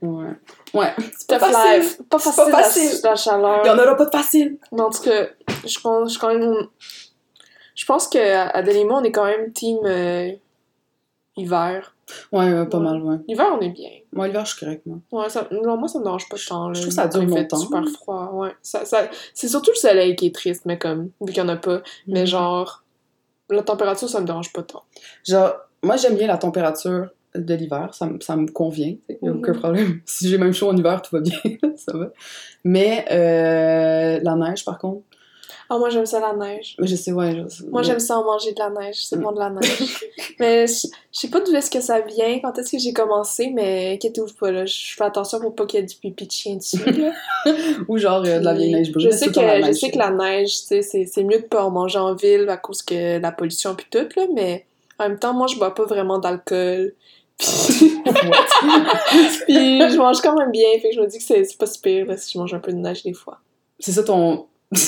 A: Ouais. Ouais. C'est
C: Tough life. Pas
A: C'est
C: facile,
A: pas facile.
C: La, la chaleur.
A: Il y en aura pas de facile!
C: Mais en tout cas, je pense, je quand même- je pense que à à Denis et moi, on est quand même team euh, hiver.
A: Ouais, ouais, pas
C: Ouais.
A: mal, ouais.
C: L'hiver, on est bien.
A: Moi, l'hiver, je suis correcte, moi.
C: Ouais, ça, non, moi, ça me dérange pas tant.
A: Je
C: là.
A: trouve ça dure
C: Il fait
A: longtemps.
C: super froid, ouais. Ça, ça- c'est surtout le soleil qui est triste, mais comme, vu qu'il y en a pas.
A: Mm.
C: Mais genre, la température, ça me dérange pas tant.
A: Genre, moi, j'aime bien la température de l'hiver, ça, me- ça me convient, il n'y a aucun
C: Mhm.
A: problème. Si j'ai même chaud en hiver, tout va bien, ça va. Mais euh, la neige, par contre,
C: Ah, moi, j'aime ça la neige.
A: mais je sais, ouais. je-
C: Moi,
A: mais-
C: j'aime ça en manger de la neige. C'est bon de la neige. mais je je sais pas d'où est-ce que ça vient, quand est-ce que j'ai commencé, mais inquiétez-vous pas, là. Je fais attention pour pas qu'il y ait du pipi de chien dessus, là.
A: Ou genre euh, de la vieille neige brûlée.
C: Je sais
A: tout
C: que
A: le temps
C: la
A: la
C: neige, je
A: neige.
C: sais que la neige, tu sais, c'est c'est mieux de pas en manger en ville à cause que la pollution puis tout là, mais en même temps, moi je bois pas vraiment d'alcool. Puis,
A: Mm.
C: puis je mange quand même bien, fait que je me dis que c'est c'est pas si pire là, si je mange un peu de neige des fois.
A: C'est ça ton.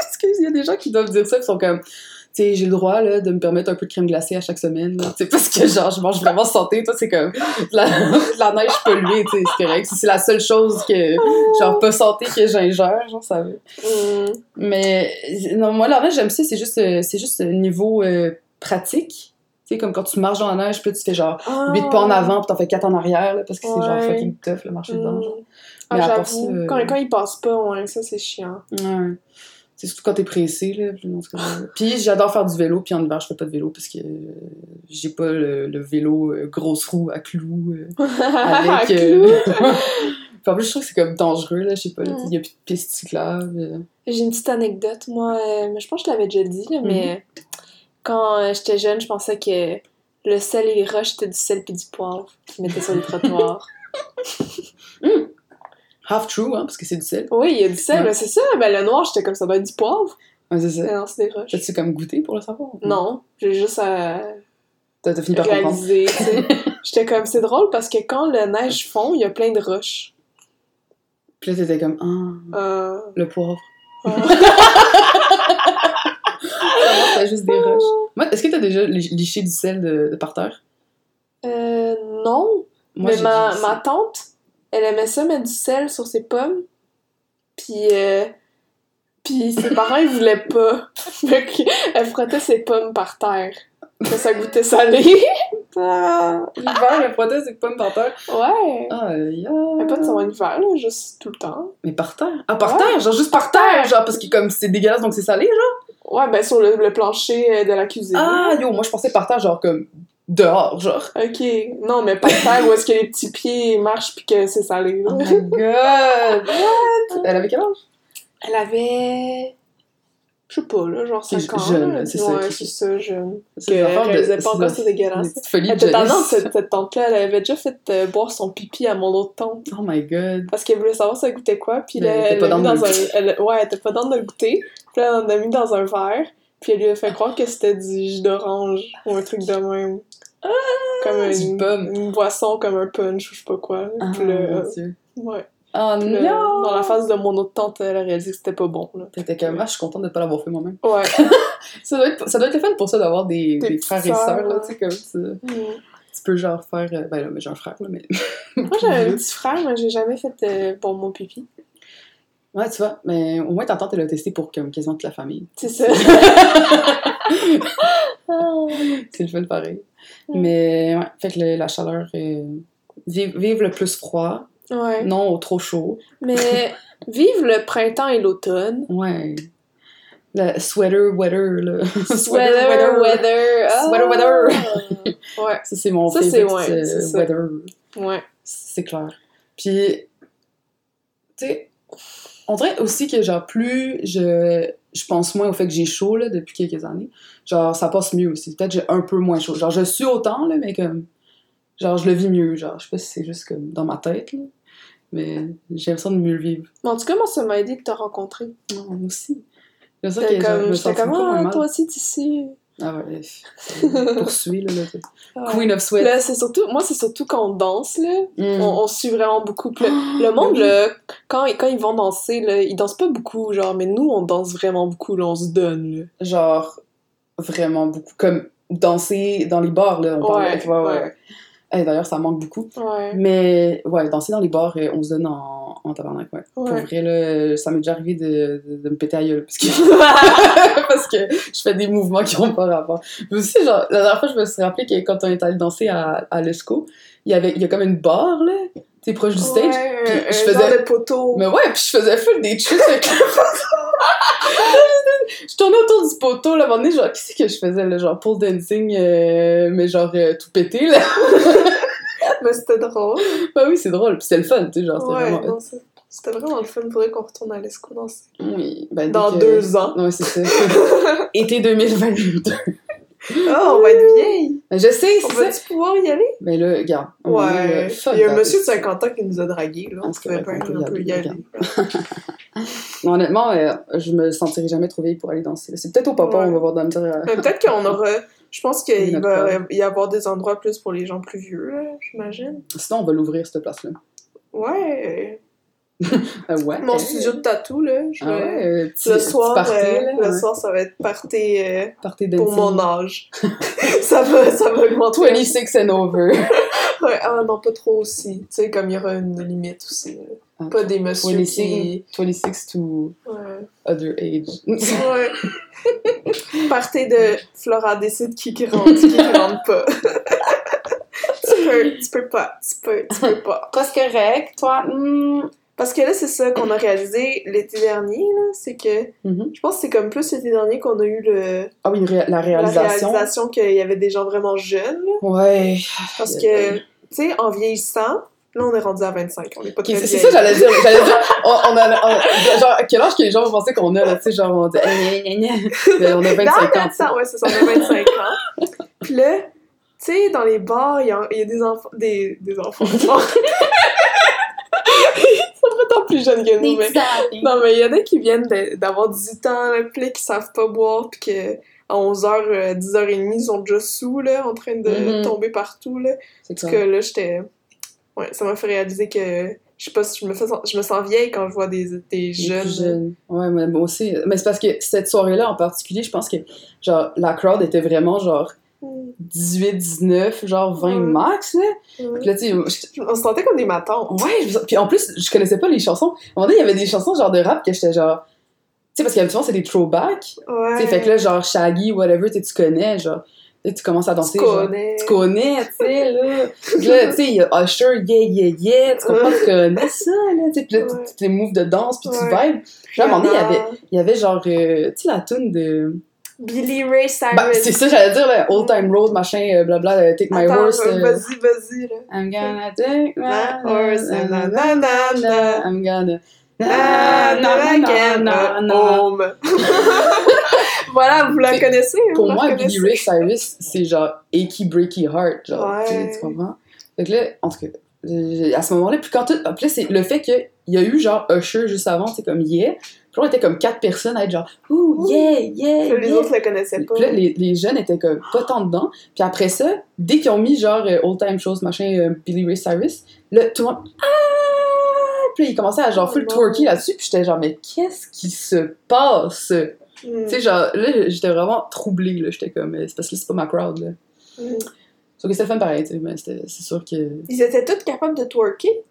A: Excuse, il y a des gens qui doivent dire ça, ils sont comme. Tu sais, j'ai le droit là, de me permettre un peu de crème glacée à chaque semaine. là. Tu sais, parce que genre, je mange vraiment santé. Toi, c'est comme de la, de la neige polluée, tu sais, c'est correct. Si C'est la seule chose que, genre, pas santé que j'ingère, genre, ça va. Mm.
C: Hum,
A: Mais euh, non, moi, la neige, j'aime ça. C'est juste, euh, c'est juste euh, niveau euh, pratique. Tu sais, comme quand tu marches dans la neige, puis là, tu fais genre
C: Mm.
A: 8 pas
C: Ah.
A: en avant, puis t'en fais 4 en arrière, là, parce que c'est genre
C: Oh. Ouais.
A: fucking tough, le marcher dedans. genre.
C: Hum. Ah,
A: Mais à part
C: j'avoue,
A: ça, euh,
C: quand, quand ils passent pas, ouais, ça c'est chiant.
A: Ouais. C'est surtout quand t'es pressé, là. Puis, en tout cas, euh, puis j'adore faire du vélo, puis en hiver, je fais pas de vélo, parce que euh, j'ai pas le, le vélo euh, grosse roue à clous. euh, avec. euh, puis en plus, je trouve que c'est comme dangereux, là, je sais pas, là,
C: Mm.
A: il y a plus de piste cyclable. euh.
C: J'ai une petite anecdote, moi. euh, mais je pense que je l'avais déjà dit, là, mais quand euh, j'étais jeune, je pensais que le sel et les roches, c'était du sel puis du poivre qu'ils mettaient sur les trottoirs.
A: Half true, hein, parce que c'est du sel.
C: Oui, il y a du sel,
A: Ouais.
C: mais c'est ça. Ben, le noir, j'étais comme ça, doit être du poivre.
A: Ouais, c'est ça.
C: Mais non, c'est des roches.
A: T'as-tu comme goûté pour le savoir?
C: Euh. Non, j'ai juste à
A: T'as t'as fini par comprendre.
C: réaliser, tu sais. J'étais comme, c'est drôle parce que quand la neige fond, il y a plein de roches.
A: Puis là, t'étais comme, ah,
C: Euh,
A: le poivre.
C: euh,
A: T'as juste des
C: Oh.
A: roches. Moi, est-ce que t'as déjà li- liché du sel de, de par terre?
C: euh, non,
A: Moi,
C: mais
A: j'ai
C: ma,
A: du
C: ma
A: sel.
C: tante, elle aimait ça mettre du sel sur ses pommes. Puis, euh, puis ses parents, ils voulaient pas. Fait qu'elle frottait ses pommes par terre. Que ça goûtait salé. Ah,
A: L'hiver, le protège, c'est pommes par terre.
C: ouais.
A: Ah, yeah.
C: Mais pas de son hiver, là, juste tout le temps.
A: Mais par terre? Ah, par
C: Ouais.
A: terre! Genre, juste par terre! Genre, parce que comme c'est dégueulasse, donc c'est salé, genre.
C: Ouais, ben sur le, le plancher euh, de la cuisine.
A: Ah, yo, moi, je pensais par terre, genre, comme dehors, genre.
C: Ok. Non, mais par terre, où est-ce que les petits pieds marchent puis que c'est salé, là.
A: Oh my god! What? Elle avait quel âge?
C: Elle avait. Je sais pas, là, genre
A: C'est
C: 5 ans.
A: jeune,
C: là.
A: c'est ça,
C: Ouais,
A: qui-
C: c'est ça, jeune.
A: C'est
C: Que-
A: des affaires
C: qu'elle
A: de-
C: faisait pas
A: c'est
C: encore
A: des-
C: ça dégueulasse.
A: Des petites folies
C: Elle
A: de
C: était tannante,
A: jeunesse.
C: cette, cette tante-là. Elle avait déjà fait euh, boire son pipi à mon autre tante.
A: Oh my god.
C: Parce qu'elle voulait savoir ça goûtait quoi. Puis
A: Mais
C: là,
A: elle était
C: elle
A: pas
C: l'a mis
A: dans le
C: dans un.
A: goûter.
C: elle- Ouais, elle était pas dans de le goûter. Puis là, elle en a mis dans un verre. Puis elle lui a fait croire que c'était du jus d'orange ou un truc de même. Comme
A: Ah! du
C: une,
A: pomme.
C: une boisson, comme un punch ou je sais pas quoi. là.
A: Ah,
C: Puis là,
A: mon
C: euh,
A: dieu.
C: ouais.
A: Oh
C: Puis là,
A: non!
C: Dans la phase de mon autre tante, elle a réalisé que c'était pas bon. Là.
A: T'étais comme, ah, je suis contente de pas l'avoir fait moi-même.
C: Ouais.
A: Ça doit être, ça doit être le fun pour ça d'avoir des,
C: Des
A: des frères et sœurs, là,
C: sœurs.
A: tu sais, comme ça.
C: Mm.
A: Tu peux genre faire. euh, ben là, mais j'ai un frère, là, mais.
C: Moi, j'avais un petit frère, mais j'ai jamais fait euh, pour mon pipi.
A: Ouais, tu vois, mais au moins ta tante, elle a testé pour comme quasiment toute la famille.
C: C'est ça. Ah.
A: C'est le fun pareil.
C: Mm.
A: Mais ouais, fait que le- la chaleur. euh, vive, vive le plus froid,
C: ouais.
A: non au trop chaud.
C: Mais vive le printemps et l'automne.
A: Ouais. Le sweater, weather, là.
C: Sweater, weather. ah.
A: Sweater,
C: ouais,
A: Ça, c'est mon
C: Ça, c'est-
A: favorite
C: ouais,
A: euh,
C: c'est ça.
A: weather.
C: ouais.
A: C'est clair. Puis, tu sais, on dirait aussi que, genre, plus je, je pense moins au fait que j'ai chaud, là, depuis quelques années, genre, ça passe mieux aussi. Peut-être j'ai un peu moins chaud. Genre, je suis autant, là, mais comme, genre, je le vis mieux. Genre, je sais pas si c'est juste comme dans ma tête, là, mais j'ai l'impression de mieux le vivre.
C: Mais en tout cas, moi, ça m'a aidé de te rencontrer.
A: Non, moi aussi. J'ai l'impression
C: J'étais
A: que genre, je
C: comme,
A: me
C: j'étais
A: sens
C: comme,
A: pas
C: ah,
A: mal.
C: toi aussi, d'ici.
A: Ah ouais, euh, poursuis, là, là, t'es- Queen of Sweat.
C: Là, c'est surtout, moi, c'est surtout quand on danse, là.
A: Mm.
C: On, on suit vraiment beaucoup. Puis Le, le monde,
A: oui.
C: là, quand, quand ils vont danser, là, ils dansent pas beaucoup, genre, mais nous, on danse vraiment beaucoup, là, on se donne, là.
A: genre vraiment beaucoup comme danser dans les bars là on parle
C: Ouais,
A: avec- ouais, ouais,
C: ouais.
A: ouais. Eh, d'ailleurs ça manque beaucoup
C: Ouais.
A: mais ouais danser dans les bars euh, on se donne en, en tabarnak ouais. pour
C: Ouais.
A: vrai là ça m'est déjà arrivé de, de, de me péter à gueule parce que parce que je fais des mouvements qui ont pas rapport mais aussi genre la dernière fois je me suis rappelé que quand on est allé danser à, à l'ESCO il y avait il y a comme une barre là t'es proche du stage
C: Ouais,
A: puis
C: un-
A: je
C: un
A: faisais-
C: genre de poteau.
A: mais ouais, puis je faisais full des trucs avec le poteau. Je tournais autour du poteau, là, à un moment donné, genre, qu'est-ce que je faisais, là, genre, pole dancing, euh, mais genre, euh, tout pété, là.
C: Mais c'était drôle.
A: bah oui, c'est drôle, puis c'était le fun, tu sais, genre, c'était
C: Ouais,
A: vraiment...
C: non, c'est- c'était vraiment le fun. Faudrait qu'on retourne à l'ESCO danser.
A: Oui, ben, dès
C: Dans
A: que-
C: deux ans.
A: Ouais, c'est ça. Été 2022.
C: Oh, on va être vieille.
A: Ben, Je sais,
C: On
A: c'est ça.
C: va-tu pouvoir y aller?
A: Mais là, regarde. à un moment donné,
C: Ouais.
A: là, fuck
C: Il y a un
A: that.
C: monsieur de 50 ans qui nous a dragués, là.
A: Ah, On
C: On
A: se
C: se fait pas
A: correct,
C: on peut y aller.
A: Non, honnêtement, euh, je me sentirais jamais trop vieille pour aller danser. là. C'est peut-être au papa,
C: Ouais.
A: on va voir dans le dire, euh,
C: Mais peut-être qu'on aura. Je pense qu'il
A: Notre
C: va y avoir des endroits plus pour les gens plus vieux, là, j'imagine.
A: Sinon, on va l'ouvrir, cette place-là.
C: Ouais.
A: Ah ouais.
C: Mon studio de tatou, là. je
A: Ah
C: vais-
A: ouais, euh, petit,
C: Le
A: petit
C: soir,
A: party,
C: euh,
A: là,
C: le
A: ouais.
C: soir, ça va être party euh,
A: Partez
C: pour mon âge. ça, va, ça va augmenter.
A: 26 and over.
C: Ouais, ah non, pas trop aussi. Tu sais, comme il y aura une limite aussi. là.
A: Ah.
C: Pas des messieurs
A: 26,
C: qui...
A: 26 to
C: Ouais.
A: other age.
C: Ouais. Partez de Flora décide qui qui rentre, qui qui rentre pas. tu peux, tu peux pas, tu peux, tu peux pas.
A: Pas correct, toi.
C: Parce que là, c'est ça qu'on a réalisé l'été dernier, là, c'est que
A: Mhm.
C: je pense que c'est comme plus l'été dernier qu'on a eu le,
A: Ah oui, ré- la
C: la
A: réalisation.
C: réalisation qu'il y avait des gens vraiment jeunes. là.
A: Ouais.
C: Parce que, tu sais, en vieillissant, là, on est rendu à 25, on est pas
A: Ok,
C: très
A: c'est- c'est
C: vieille.
A: ça, j'allais dire. J'allais dire, on, on a, on- genre, à quel âge que les gens vont penser qu'on a, là, tu sais, genre, on dit, eh, gna, gna, gna. Mais on a 25
C: dans
A: ans.
C: notre temps, ouais, c'est ça, on a 25 ans. Puis là, tu sais, dans les bars, il y, a- il y a des enfants. Des, des enfants. Ils sont pas longtemps plus jeunes que
D: Des
C: nous, mais.
D: petits arabes.
C: Non, mais il y en a qui viennent de- d'avoir 18 ans, là, pis là, qui savent pas boire, pis que à euh, 11h, 10h30, ils sont déjà sous, là, en train de
A: Mhm.
C: tomber partout, là.
A: C'est
C: Parce
A: clair.
C: que là, j'étais. Ouais, ça m'a fait réaliser que. Je sais pas si je me, fais, je me sens vieille quand je vois des, des
A: Les
C: jeunes.
A: plus jeunes. Ouais, mais moi aussi. Mais c'est parce que cette soirée-là en particulier, je pense que genre la crowd était vraiment genre
C: Mm.
A: 18, 19, genre 20
C: Mm.
A: max, là.
C: Ouais.
A: Puis là, tu sais, je-
C: On se sentait comme des matons.
A: ouais, je- puis en plus, je connaissais pas les chansons. À un moment donné, il y avait des chansons genre de rap que j'étais genre. Tu sais, parce qu'habituellement, c'est des throwbacks.
C: Ouais.
A: Tu sais, fait que là, genre Shaggy, whatever, tu sais, tu connais, genre. Tu sais, tu commences à danser.
C: tu
A: genre.
C: connais.
A: tu connais, tu sais, là. Puis là, tu sais, il y a Usher, yeah, yeah, yeah, tu comprends, tu connais ça, là, tu sais, puis là, tu-
C: Ouais.
A: tu les moves de danse, puis tu
C: Ouais.
A: vibes. Puis là, à un moment donné, il y avait,
C: Rihanna,
A: il y avait genre, euh, tu sais, la tune de...
C: Billy Ray Cyrus.
A: Bah, c'est ça, j'allais dire, là, Old Time Road, machin, euh, blabla, euh, Take My
C: Attends,
A: Horse. euh,
C: Vas-y, vas-y, là.
A: I'm gonna take my
C: My
A: horse,
C: horse,
A: na, na, na,
C: nanana.
A: na, I'm gonna...
C: Ah,
A: na, na, na, na,
C: Nanana.
A: na.
C: Home. Voilà, vous la
A: C'est-
C: connaissez. hein,
A: Pour
C: vous la
A: moi,
C: connaissez.
A: Billy Ray Cyrus, c'est genre achy breaky heart, genre, tu sais,
C: Ouais.
A: tu comprends? Fait que là, en tout cas, euh, à ce moment-là, puis quand tout, puis là, c'est le fait qu'il y a eu genre Usher juste avant, c'est comme yeah, puis on était comme quatre personnes à être genre ouh yeah yeah
C: Que Les
A: yeah.
C: autres le connaissaient pas.
A: Puis là, les, les jeunes étaient comme pas tant dedans. Puis après ça, dès qu'ils ont mis genre euh, Old Time Shows, machin, euh, Billy Ray Cyrus, là, tout le monde. Ah! Puis là, ils commençaient à genre full
C: Oh non.
A: twerker là-dessus. Puis j'étais genre, mais qu'est-ce qui se passe?
C: Mm.
A: Tu sais, genre, là, j'étais vraiment troublée, là. J'étais comme, euh, c'est parce que c'est pas ma crowd, là.
C: Mm.
A: Sauf que c'était le fun pareil, tu sais, mais c'était- c'est sûr que.
C: Ils étaient tous capables de twerker.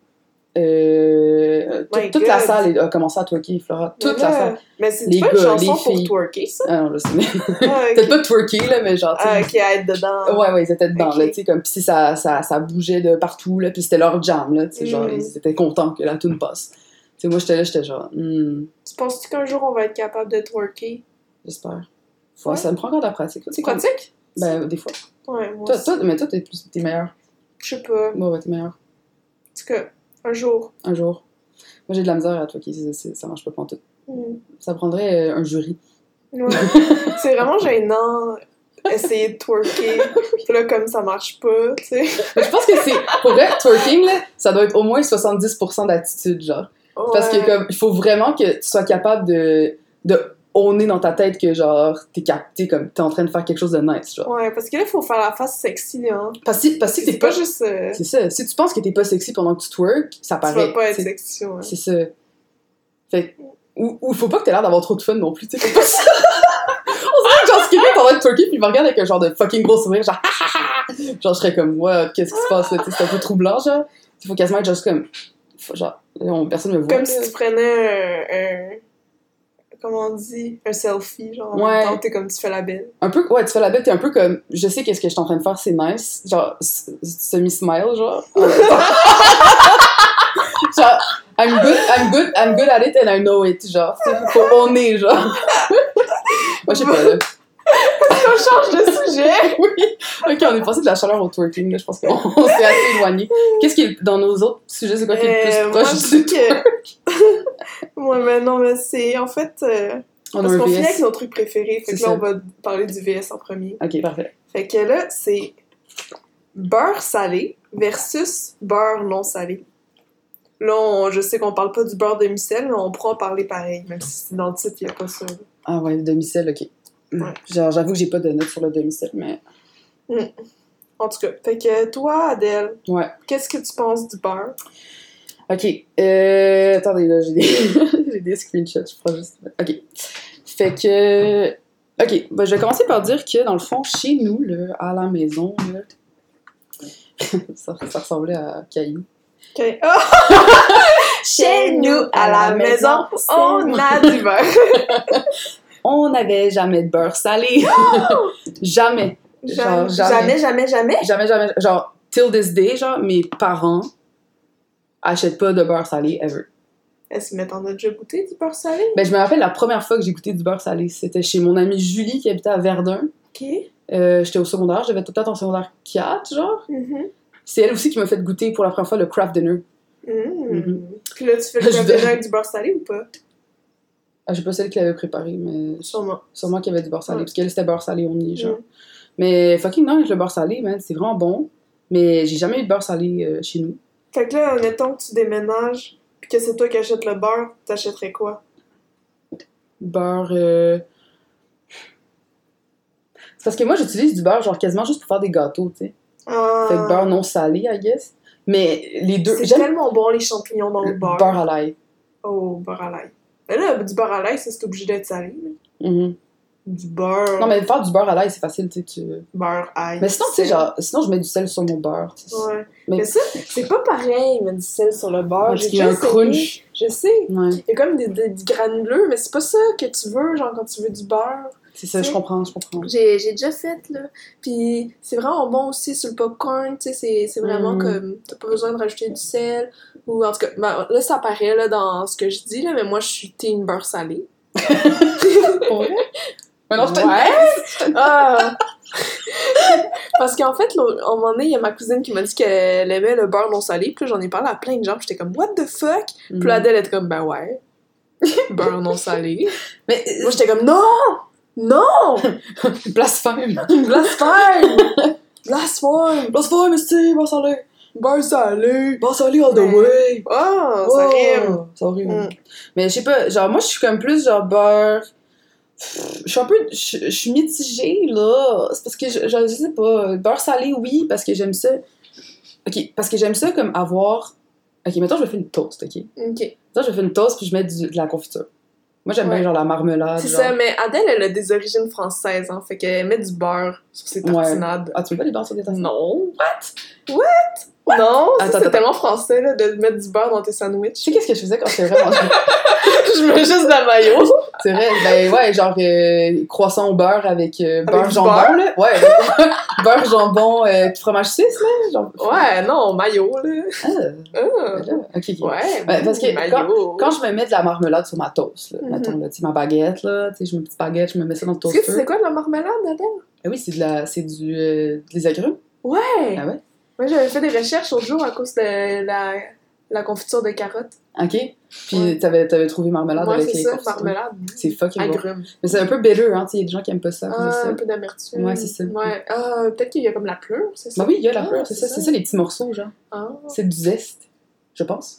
A: Euh, tout-
C: Oh My
A: toute la
C: God.
A: salle a commencé à twerker, Flora. Toute
C: Mais
A: la
C: là,
A: salle.
C: Mais c'est
A: Les
C: pas
A: gars,
C: une chanson
A: les
C: pour
A: filles.
C: twerker, ça.
A: Ah non, je sais.
C: Ah, ok.
A: Peut-être pas twerker, là, mais genre, tu sais,
C: Ah, ok, à être dedans.
A: Ouais, ouais, ils étaient dedans,
C: Ok.
A: là, tu sais, comme, pis si ça, ça, ça bougeait de partout, là, pis c'était leur jam, là, tu sais, genre,
C: Mm.
A: ils étaient contents que la tune passe. Tu sais, moi, j'étais là, j'étais genre, hmm,
C: Tu penses-tu qu'un jour on va être capable de twerker?
A: j'espère. Faut-
C: Ouais.
A: Ça me prend encore de la pratique, tu sais,
C: Tu
A: comme-
C: pratiques?
A: Ben, des fois.
C: Ouais, moi
A: Toi,
C: aussi.
A: toi, mais toi, t'es plus, t'es meilleur.
C: Je sais pas. En
A: Moi, ouais, t'es meilleur.
C: tout cas, un jour.
A: Un jour. Moi, j'ai de la misère à toi, qui c'est- c'est- ça marche pas pantoute.
C: Mm.
A: Ça prendrait euh, un jury.
C: Ouais. c'est vraiment gênant. Essayer de twerker. Puis là, comme ça marche pas, tu sais.
A: Mais je pense que c'est, pour vrai, twerking, là, ça doit être au moins 70% d'attitude, genre. Parce que
C: Ouais.
A: comme il faut vraiment que tu sois capable de de on est dans ta tête que genre t'es capté comme t'es en train de faire quelque chose de nice genre.
C: Ouais, parce que là, il faut faire la face sexy, hein.
A: Parce que parce que
C: C'est
A: t'es
C: pas
A: pas
C: juste. euh,
A: c'est ça. Si tu penses que t'es pas sexy pendant que tu twerk, ça
C: tu
A: paraît.
C: vas pas être
A: t'sais.
C: sexy, ouais.
A: C'est ça. Fait que- ou ou faut pas que t'aies l'air d'avoir trop de fun non plus. t'sais, faut pas- On dirait que genre si quelqu'un est en train de twerker puis il me regarde avec un genre de fucking gros sourire genre Ah, ah, ah genre je serais comme what qu'est-ce qui se passe là T'sais, c'est un peu troublant genre. Il faut quasiment être juste comme faut- genre on- personne me voit.
C: Comme
A: là.
C: si tu prenais un. un- Comment on dit Un selfie, genre. en
A: Ouais.
C: même temps, T'es comme tu fais la belle.
A: un peu ouais tu fais la bête t'es un peu comme je sais qu'est-ce que je suis en train de faire c'est nice genre semi smile genre genre I'm good I'm good I'm good at it and I know it genre tu sais, faut on est genre moi je sais pas là.
C: On change de sujet
A: oui ok on est passé de la chaleur au twerking là je pense qu'on on s'est assez éloigné qu'est-ce qui est le- dans nos autres sujets c'est quoi qui est
C: Euh,
A: le plus
C: Moi,
A: proche
C: je dis
A: du
C: que. Ouais, mais non, mais c'est. En fait. euh,
A: on a
C: parce
A: un
C: qu'on finit avec
A: VS
C: nos trucs préférés. Fait que
A: C'est
C: là,
A: ça.
C: on va parler du VS en premier.
A: ok parfait
C: Fait que là, c'est. Beurre salé versus beurre non salé. Là, on- je sais qu'on parle pas du beurre demi-sel, mais on pourra en parler pareil, même si dans le titre, il n'y a pas ça.
A: ah ouais demi-sel ok
C: Ouais.
A: genre j'avoue que j'ai pas de notes sur le demi-sel mais
C: En tout cas, fait que toi, Adèle,
A: ouais
C: qu'est-ce que tu penses du beurre?
A: Ok. Euh, attendez, là, j'ai des... j'ai des screenshots, je crois juste. Ok. Fait que. Ok, ben, je vais commencer par dire que, dans le fond, chez nous, là, à la maison, là, ça, ça ressemblait à Caillou.
C: Ok. Ah! Chez nous, à la maison, on a du beurre.
A: On n'avait jamais de beurre salé. jamais. Genre, jamais.
C: Jamais, jamais, jamais, jamais.
A: Jamais, jamais. Genre, till this day, genre, mes parents achètent pas de beurre salé ever.
C: Est-ce que t'en as déjà goûté du beurre salé?
A: Ben, je me rappelle la première fois que j'ai goûté du beurre salé, c'était chez mon amie Julie qui habitait à Verdun.
C: Ok.
A: Euh, J'étais au secondaire, j'avais peut-être en secondaire 4, genre.
C: Mhm.
A: C'est elle aussi qui m'a fait goûter pour la première fois le craft dinner.
C: Mm.
A: Mhm.
C: Puis là, tu fais
A: Je
C: le
A: dois-
C: déjà avec du beurre salé ou pas?
A: Ah, je sais pas celle qui l'avait préparé, mais
C: Sûrement.
A: sûrement qu'il y avait du beurre salé,
C: Ouais.
A: parce qu'elle c'était beurre salé omni, genre.
C: Mm.
A: Mais fucking non, le beurre salé, man, c'est vraiment bon. Mais j'ai jamais eu de beurre salé euh, chez nous.
C: Fait que là, mettons que tu déménages, puis puis que c'est toi qui achètes le beurre, t'achèterais quoi?
A: Beurre. euh, C'est parce que moi, j'utilise du beurre, genre quasiment juste pour faire des gâteaux, tu sais.
C: Ah,
A: Fait que beurre non salé, I guess. Mais les deux.
C: c'est
A: J'aime
C: tellement bon les champignons dans le
A: le
C: beurre.
A: beurre à l'ail.
C: Oh, beurre à l'ail. Mais là, du beurre à l'ail, ça, c'est obligé d'être salé. là.
A: Mhm.
C: Du beurre.
A: Non, mais faire du beurre à l'ail, c'est facile, tu sais. tu-
C: Beurre, ail.
A: Mais sinon, tu sais,
C: sel.
A: genre, sinon, je mets du sel sur mon beurre. tu sais.
C: Ouais.
A: Mais-
C: Mais, ça, c'est pas pareil, mais du sel sur le beurre.
A: Parce
C: J'ai
A: qu'il y a
C: déjà
A: un
C: essayé.
A: crunch.
C: Je sais.
A: Ouais,
C: Il y a comme des, des, des granuleux, mais c'est pas ça que tu veux, genre quand tu veux du beurre.
A: c'est ça, je comprends, je comprends.
C: J'ai j'ai déjà fait, là. Puis c'est vraiment bon aussi sur le popcorn, tu sais, c'est- c'est vraiment
A: Mm.
C: comme. T'as pas besoin de rajouter du sel. Ou en tout cas, ben, là, ça paraît là, dans ce que je dis, là, mais moi, je suis team beurre salé.
A: Pour vrai? Mais non, je te-
C: Ouais. Ah. Parce qu'en fait, l'autre- à un moment donné, il y a ma cousine qui m'a dit qu'elle aimait le beurre non salé. Puis là, j'en ai parlé à plein de gens. Puis j'étais comme, what the fuck?
A: Mhm.
C: Puis là, Adèle était comme, ben ouais. beurre non salé.
A: Mais
C: Moi, j'étais comme, non! Non!
A: euh, blasphème!
C: Blasphème! Blasphème!
A: Blasphème, c'est beurre salé!
C: Beurre salé!
A: Beurre salé all the
C: Ouais.
A: way!
C: Oh, ça
A: Oh,
C: rime!
A: Ça rime.
C: Mm.
A: Mais je sais pas, genre, moi, je suis comme plus, genre, beurre. Pff, Je suis un peu. Je je suis mitigée, là. C'est parce que, je, je- je sais pas. Beurre salé, oui, parce que j'aime ça. Ok, parce que j'aime ça comme avoir. Ok, mettons, je me fais une toast, ok?
C: Ok.
A: Mettons, je me fais une toast, puis je mets du- de la confiture. Moi, j'aime bien,
C: Ouais.
A: genre, la marmelade.
C: C'est
A: Ah, genre.
C: ça, mais Adèle, elle a des origines françaises, hein. Fait qu'elle met du beurre sur ses
A: Ouais.
C: tartinades.
A: Ah, tu veux pas les beurres sur des tartines?
C: Non. What? What? Non, ça,
A: Attends,
C: c'est
A: attends.
C: tellement français là, de mettre du beurre dans tes
A: Tu
C: sandwichs.
A: sais qu'est-ce que je faisais quand j'étais vraiment jeune?
C: Je mets juste de la mayo.
A: C'est vrai, ben ouais, genre euh, croissant au beurre avec euh, beurre
C: du
A: jambon,
C: beurre?
A: là. Ouais, avec- beurre jambon, euh, fromage suisse, là. Genre,
C: Ouais, non, mayo là.
A: Ah,
C: Ah.
A: voilà. ok, ok.
C: Ouais,
A: Ouais, parce que
C: mayo.
A: Quand je me mets de la marmelade sur ma toast, là,
C: Mhm.
A: mettons, là, tu sais, ma baguette, là, tu sais, je mets une petite baguette, je me mets ça dans le
C: Est-ce que
A: toaster.
C: tu sais quoi de la marmelade, Adèle?
A: Ah oui, c'est de la, c'est du, euh, des agrumes.
C: Ouais!
A: Ah ouais?
C: Moi, j'avais fait des recherches au jour à cause de la, la confiture de carottes.
A: Ok. Puis
C: Ouais.
A: t'avais, t'avais trouvé marmelade
C: Moi,
A: avec
C: c'est
A: les
C: ça,
A: confitures.
C: marmelade.
A: C'est fucking bon.
C: Agrumes.
A: Mais c'est un peu bitter, hein, tu sais, il y a des gens qui aiment pas ça.
C: Ah,
A: c'est ça.
C: un peu d'amertume.
A: Ouais, c'est ça.
C: Ouais. Ah, peut-être qu'il y a comme la pleure, c'est ça?
A: Bah oui, il y a la
C: Ah,
A: peur, c'est ça, c'est ça les petits morceaux, genre.
C: Ah.
A: C'est du zeste, je pense.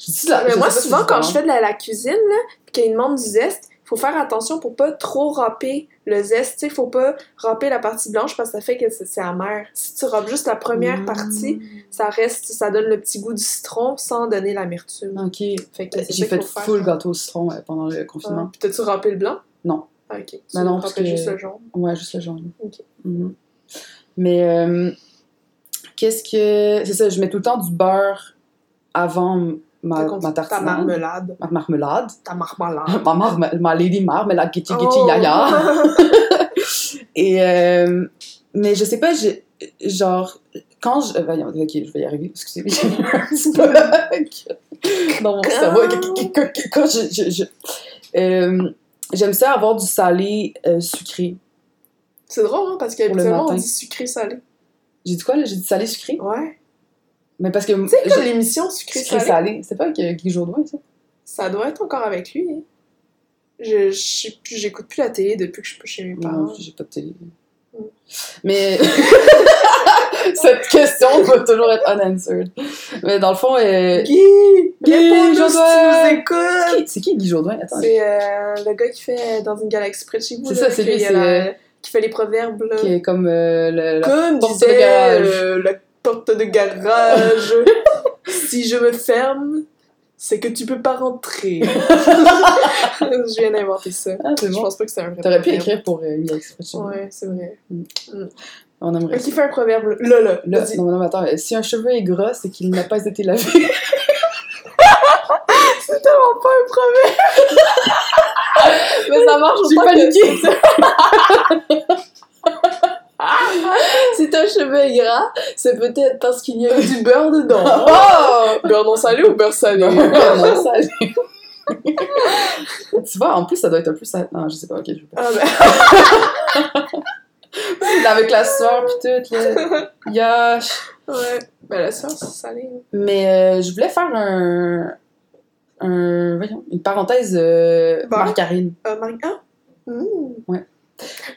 A: Je dis ça,
C: Ah, Mais
A: je
C: moi,
A: sais pas si
C: souvent,
A: c'est
C: quand
A: du
C: je fais de la, la cuisine, là, pis qu'il y a une demande du zeste, faut faire attention pour pas trop râper le zeste. Tu sais, faut pas râper la partie blanche parce que ça fait que c'est c'est amer. Si tu râpes juste la première
A: Mm.
C: partie, ça reste, ça donne le petit goût du citron sans donner l'amertume.
A: Ok.
C: Fait que c'est
A: Ben, J'ai
C: ça qu'il
A: fait
C: faut faire.
A: full gâteau au citron euh, pendant le
C: Ah.
A: confinement.
C: Puis t'as-tu râpé le blanc?
A: Non. Ben
C: Ah, ok. Tu
A: non,
C: râpais
A: parce que-
C: juste le jaune.
A: Ouais, juste le jaune.
C: Ah. Ok.
A: Mhm. Mais euh, qu'est-ce que. C'est ça, je mets tout le temps du beurre avant ma,
C: Ta
A: ma
C: conf- Ta
A: tartinade.
C: marmelade.
A: Ma marmelade.
C: Ta marmelade.
A: Ma, marme- ma lady marmelade, gichi gichi
C: Oh!
A: yaya. Et. euh, mais je sais pas, j'ai- genre. Quand je. euh, voyons, ok, je vais y arriver, excusez-moi, j'ai eu un petit bug dans mon cerveau. Quand je. je- je- euh, J'aime ça avoir du salé euh, sucré.
C: C'est drôle, hein, parce que
A: Pour le
C: habituellement, on
A: matin.
C: dit sucré-salé.
A: J'ai dit quoi là? J'ai dit salé sucré?
C: Ouais.
A: Mais parce que.
C: Tu sais,
A: je-
C: comme l'émission
A: Sucré
C: sucré-salé.
A: salé. C'est pas avec euh, Guy Jourdouin, ça?
C: Ça doit être encore avec lui. hein. Je je sais plus, j'écoute plus la télé depuis que je suis pas chez mes parents.
A: Non, j'ai pas de télé.
C: Ah. Mm.
A: Mais. Cette question va toujours être unanswered. Mais dans le fond, euh...
C: Guy,
A: Guy
C: réponds-nous si
A: Jourdain!
C: tu nous écoutes.
A: c'est qui- c'est qui Guy Jourdouin? Attends.
C: C'est euh, le gars qui fait dans une galaxie près de chez vous.
A: C'est
C: là,
A: ça, c'est
C: qu'il
A: lui,
C: y a
A: c'est,
C: la- qui fait les proverbes. Là.
A: Qui est comme euh, le- la-
C: Comme
A: porte de
C: disait,
A: garage.
C: euh, la porte de garage. si je me ferme, c'est que tu peux pas rentrer. je viens d'inventer ça.
A: Ah, c'est
C: Je
A: bon.
C: pense pas que c'est un vrai
A: T'aurais pu
C: proverbe.
A: écrire pour euh, une expression.
C: Ouais, c'est vrai.
A: On aimerait.
C: Qui fait un proverbe là, là.
A: Là,
C: Vas-y.
A: non, non, mais attends, euh, si un cheveu est gras, c'est qu'il n'a pas été lavé.
C: C'est tellement pas un proverbe! Mais ça marche
A: J'ai
C: autant
A: paniqué. Ah!
C: que- Si ton cheveu est gras, c'est peut-être parce qu'il y a eu du beurre dedans.
A: Oh!
C: beurre non salé ou beurre salé?
A: Non, salé. tu vois, en plus, ça doit être un peu salé. Non, je sais pas, ok, je vais pas.
C: Ah ben,
A: avec la sueur pis tout, là. Yosh.
C: ouais. Ben la sauce, c'est salé.
A: Mais euh, je voulais faire un... un voyons, une parenthèse euh,
C: Bon.
A: margarine.
C: Euh, Marie, ah! Mmh.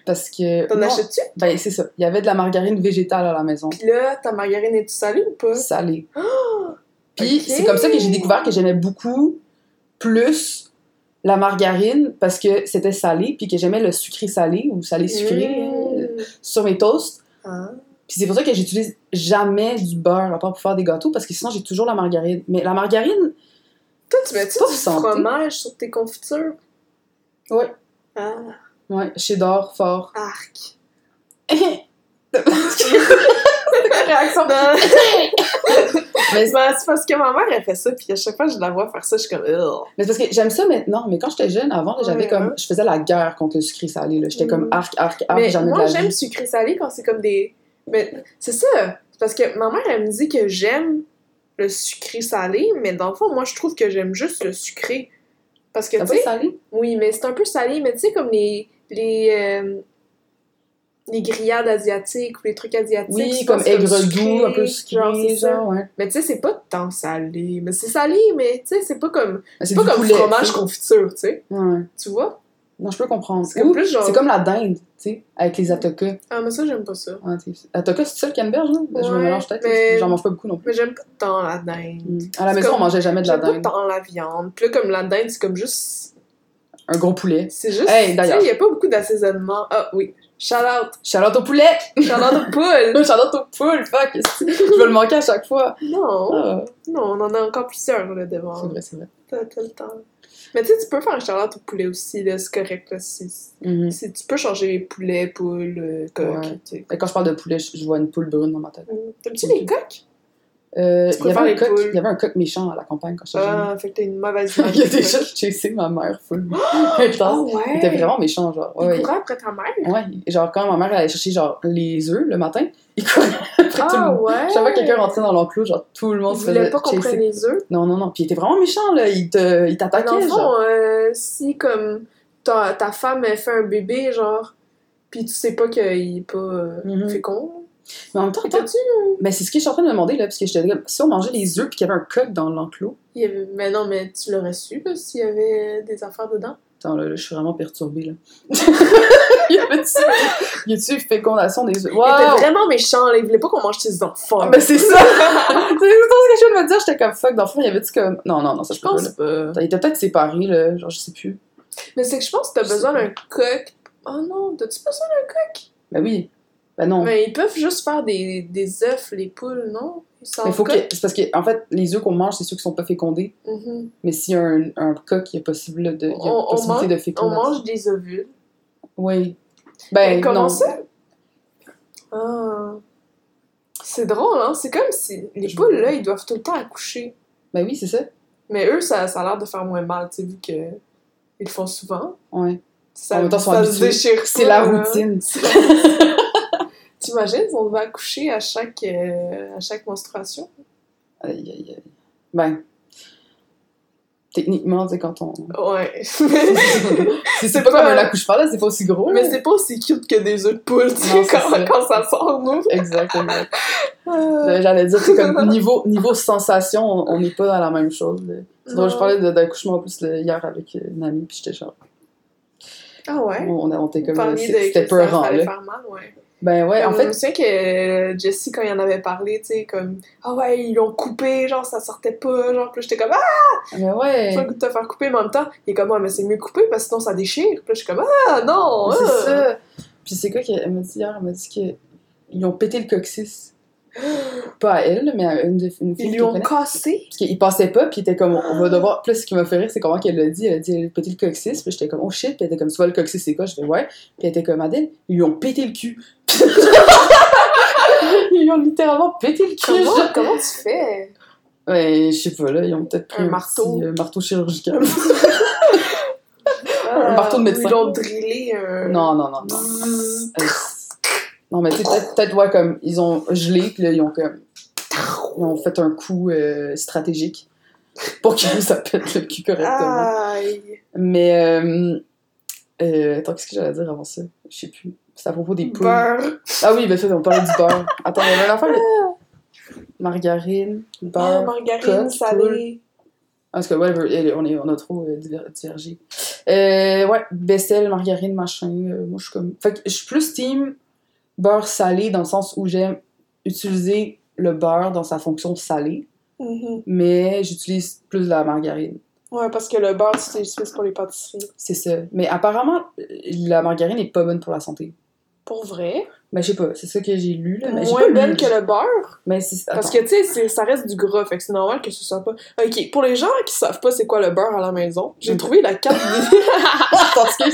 A: Parce que...
C: T'en
A: non,
C: achètes-tu?
A: Ben, c'est ça. Il y avait de la margarine végétale à la maison.
C: Pis là, ta margarine est-tu salée ou pas?
A: Salée. Puis
C: Ok.
A: c'est comme ça que j'ai découvert que j'aimais beaucoup plus la margarine parce que c'était salé, puis que j'aimais le sucré salé ou salé sucré euh,
C: Mmh.
A: sur mes toasts.
C: Ah.
A: Puis c'est pour ça que j'utilise jamais du beurre à part pour faire des gâteaux parce que sinon j'ai toujours la margarine. Mais la margarine,
C: Toi, tu mets-tu
A: C'est pas
C: du
A: santé.
C: fromage sur tes confitures?
A: Ouais.
C: Ah,
A: ouais, chez d'or fort.
C: arc.
A: Réaction.
C: Ben,
A: Mais
C: ben, c'est parce que ma mère, elle fait ça, puis à chaque fois que je la vois faire ça, je suis comme... Ugh.
A: Mais c'est parce que j'aime ça maintenant, mais quand j'étais jeune, avant, là, j'avais
C: Ouais,
A: comme.
C: hein.
A: Je faisais la guerre contre le sucré salé, là. J'étais comme
C: Mm.
A: arc, arc, arc,
C: Mais
A: jamais Ah, de
C: moi,
A: la
C: j'aime
A: vie.
C: sucré salé quand c'est comme des. Mais c'est ça. C'est Parce que ma mère, elle me dit que j'aime le sucré salé, mais dans le fond, moi, je trouve que j'aime juste le sucré. Parce que,
A: T'as
C: tu
A: pas de
C: sais,
A: salé?
C: oui, mais c'est un peu salé, mais tu sais, comme les. les euh, les grillades asiatiques ou les trucs asiatiques.
A: Oui,
C: je
A: comme
C: pense que
A: aigre
C: c'est
A: doux, un peu sucré,
C: genre, c'est
A: genre,
C: ça.
A: ouais.
C: Mais tu sais, c'est pas tant salé. Mais c'est salé, mais tu sais, c'est pas comme,
A: Mais
C: c'est pas
A: du
C: comme
A: poulet,
C: fromage
A: tu sais.
C: confiture, tu sais.
A: Ouais.
C: Tu vois?
A: Non, je peux comprendre.
C: C'est comme
A: Ou,
C: plus genre-
A: C'est comme la dinde, tu sais, avec les atokas.
C: Ah, mais ça, j'aime pas ça.
A: Ah, tu sais. Atokas, c'est ça le canneberge, là? Je me
C: Ouais,
A: mélange peut-être, parce
C: mais-
A: que j'en mange pas beaucoup non plus.
C: Mais j'aime pas tant la dinde.
A: Mm. À la
C: C'est
A: maison,
C: comme-
A: on mangeait jamais de la
C: J'aime pas
A: dinde.
C: tant la viande. Puis là, comme la dinde, c'est comme juste.
A: Un gros poulet.
C: C'est juste.
A: Hey,
C: tu
A: d'ailleurs.
C: sais, il n'y a pas beaucoup d'assaisonnement. Ah oui. Shout out.
A: Charlotte au poulet!
C: Shout out aux poules.
A: Charlotte au poule, fuck! Je vais le manquer à chaque fois.
C: Non.
A: Ah,
C: Non, on en a encore plusieurs là
A: c'est
C: devant.
A: vrai, c'est vrai.
C: T'as t'as le temps. Mais tu sais, tu peux faire un shout out au poulet aussi, là. C'est correct, là. Si,
A: Mhm.
C: si tu peux changer poulet, poule, euh, coq.
A: Ouais.
C: tu sais.
A: Et Quand je parle de poulet, je je vois une poule brune dans ma tête.
C: Mm. T'aimes-tu les coqs?
A: Euh,
C: Tu
A: il, y
C: préfères
A: avait un
C: les
A: coq,
C: poules.
A: il y avait un coq méchant à la campagne quand j'étais jeune.
C: Ah, fait que t'as une mauvaise
A: il y a
C: des
A: déjà chassé ma mère full. intense.
C: Ah ouais.
A: Il était vraiment méchant, genre.
C: Il
A: Ouais, ouais.
C: courait après ta mère.
A: Ouais, genre quand ma mère elle allait chercher genre les œufs le matin, il courait après tout le
C: Ah
A: monde.
C: ouais.
A: Chaque fois que quelqu'un rentrait dans l'enclos, genre tout le monde
C: Il
A: se
C: voulait
A: faisait
C: pas qu'on prenne
A: chasser.
C: les œufs.
A: Non, non, non. Puis il était vraiment méchant, là. Il te- il
C: Mais Dans
A: t'attaquait,
C: le
A: genre.
C: fond, euh, si comme ta, ta femme elle fait un bébé, genre, puis tu sais pas qu'il est pas euh,
A: Mhm.
C: fécond,
A: Mais en même temps, attends,
C: t'as-tu?
A: mais c'est ce que je suis en train de me demander, là, parce que j'étais comme, si on mangeait les œufs puis qu'il y avait un coq dans l'enclos.
C: il y avait- Mais non, mais tu l'aurais su, là, s'il y avait des affaires dedans.
A: Attends, là, là, je suis vraiment perturbée, là. il y avait-tu il y a-tu fécondation des œufs?
C: Il était
A: Wow!
C: vraiment méchant, là, il voulait pas qu'on mange ses enfants.
A: Ah, ben c'est ça! c'est exactement ce que je viens de me dire. J'étais comme fuck, dans le fond, il y avait-tu comme. Non, non, non, ça
C: je
A: je pense.
C: pense pas.
A: Il était peut-être séparé, là, genre je sais plus.
C: Mais c'est que je pense que t'as
A: Je sais
C: besoin
A: pas.
C: d'un coq. Oh non, t'as-tu besoin d'un
A: Ben oui. Ben non.
C: coq?
A: Mais,
C: Mais ils peuvent juste faire des, des œufs, les poules, non? Ils sont
A: faut que.
C: coq.
A: C'est parce que, en fait, les œufs qu'on mange, c'est ceux qui sont pas fécondés.
C: Mhm.
A: Mais s'il y a un, un coq, il y a, possible de, il y a
C: On- on
A: possibilité de
C: On
A: fécondation.
C: mange des ovules.
A: Oui. Ben
C: Mais comment
A: non.
C: ça? Ah. C'est drôle, hein? C'est comme si les
A: Je
C: poules,
A: vois.
C: là, ils doivent tout le temps accoucher.
A: Ben oui, c'est ça.
C: Mais eux, ça, ça a l'air de faire moins mal, tu sais, vu que ils le font souvent.
A: Ouais. En
C: Ça,
A: même temps, ils sont
C: ça se
A: habitués.
C: déchire
A: C'est
C: pas,
A: la
C: là.
A: routine.
C: C'est la routine. T'imagines, on devait accoucher à chaque, euh, à chaque menstruation?
A: Aïe, aïe, aïe. Ben. Techniquement, c'est quand on.
C: Ouais.
A: c'est c'est pas,
C: pas-
A: comme un accouchement, là, c'est pas aussi gros.
C: Mais
A: là.
C: c'est pas aussi cute que des œufs de poule, tu
A: Non,
C: sais,
A: c'est
C: quand,
A: ça.
C: quand ça sort, nous.
A: Exactement.
C: Ah.
A: Euh, J'allais dire, c'est comme niveau, niveau sensation, on- on n'est pas dans la même chose. là. C'est drôle,
C: Non.
A: je parlais de- d'accouchement en plus là, hier avec euh, une amie, puis j'étais genre.
C: Ah ouais?
A: On, on était
C: Vous
A: comme.
C: parliez de
A: c'est- C'était
C: que ça
A: peurant,
C: allait
A: là.
C: faire mal, ouais.
A: Ben ouais, en
C: Comme, Je me
A: fait,
C: souviens que euh, Jessie, quand il en avait parlé, tu sais, comme Ah ouais, ils l'ont coupé, genre ça sortait pas, genre, puis là, j'étais comme Ah,
A: ben
C: j'ai pas
A: ouais.
C: le goût de te faire couper, mais en même temps, il est comme Ouais, mais c'est mieux couper parce que sinon ça déchire. Puis là, je suis comme Ah non,
A: C'est
C: ah.
A: ça. Puis c'est quoi qu'elle elle m'a dit hier? Elle m'a dit qu'ils ont pété le coccyx. Pas à elle, mais à une, de- une fille
C: Ils lui
A: qu'elle
C: ont Ah.
A: connaît.
C: cassé.
A: Parce qu'il passait pas, puis il était comme, on va devoir. Plus, ce qui m'a fait rire, c'est comment qu'elle l'a dit. Elle a dit, elle a pété le coccyx, puis j'étais comme, oh shit, puis elle était comme, tu vois le coccyx, c'est quoi? Je fais, ouais. Puis elle était comme, Adèle, ils lui ont pété le cul. ils lui ont littéralement pété le cul.
C: Comment,
A: genre.
C: comment tu fais
A: Ouais, je sais pas, là, ils ont peut-être pris
C: Un marteau.
A: petit, euh, marteau chirurgical.
C: Ah,
A: marteau de médecin.
C: Ils l'ont drillé un.
A: non, non, non, non.
C: Bzzz.
A: Euh, non, mais tu sais, peut-être, peut-être, ouais, comme, ils ont gelé, puis là, ils ont comme. Ils ont fait un coup euh, stratégique pour que ça pète le cul correctement.
C: Ah. Aïe.
A: Mais. Euh, euh, attends, qu'est-ce que j'allais dire avant ça Je sais plus. C'est à propos des poules.
C: Beurre. euh,
A: Ah oui, ben ça, on parlait du beurre. Attends, il y avait une affaire. mais- Margarine,
C: Ah,
A: beurre.
C: margarine
A: coque,
C: salée.
A: Ah, Parce que, ouais, elle- on, est, on a trop euh, diver- divergé. Euh, ouais, vaisselle, margarine, machin. euh, moi, je suis comme. Fait que je suis plus team beurre salé dans le sens où j'aime utiliser le beurre dans sa fonction salée.
C: Mhm.
A: mais j'utilise plus la margarine.
C: Ouais, parce que le beurre, tu l'utilises pour les pâtisseries.
A: C'est ça. Mais apparemment, euh, la margarine n'est pas bonne pour la santé.
C: Pour vrai.
A: Ben, je sais pas, c'est ça que j'ai lu, là. Mais j'ai pas
C: Moins
A: lu.
C: belle que le beurre.
A: Mais c'est...
C: Parce
A: attends.
C: que, tu sais, c'est- ça reste du gras, fait que c'est normal que ce soit pas. Ok, pour les gens qui savent pas c'est quoi le beurre à la maison, j'ai
A: Ok.
C: trouvé la carte
A: Parce que...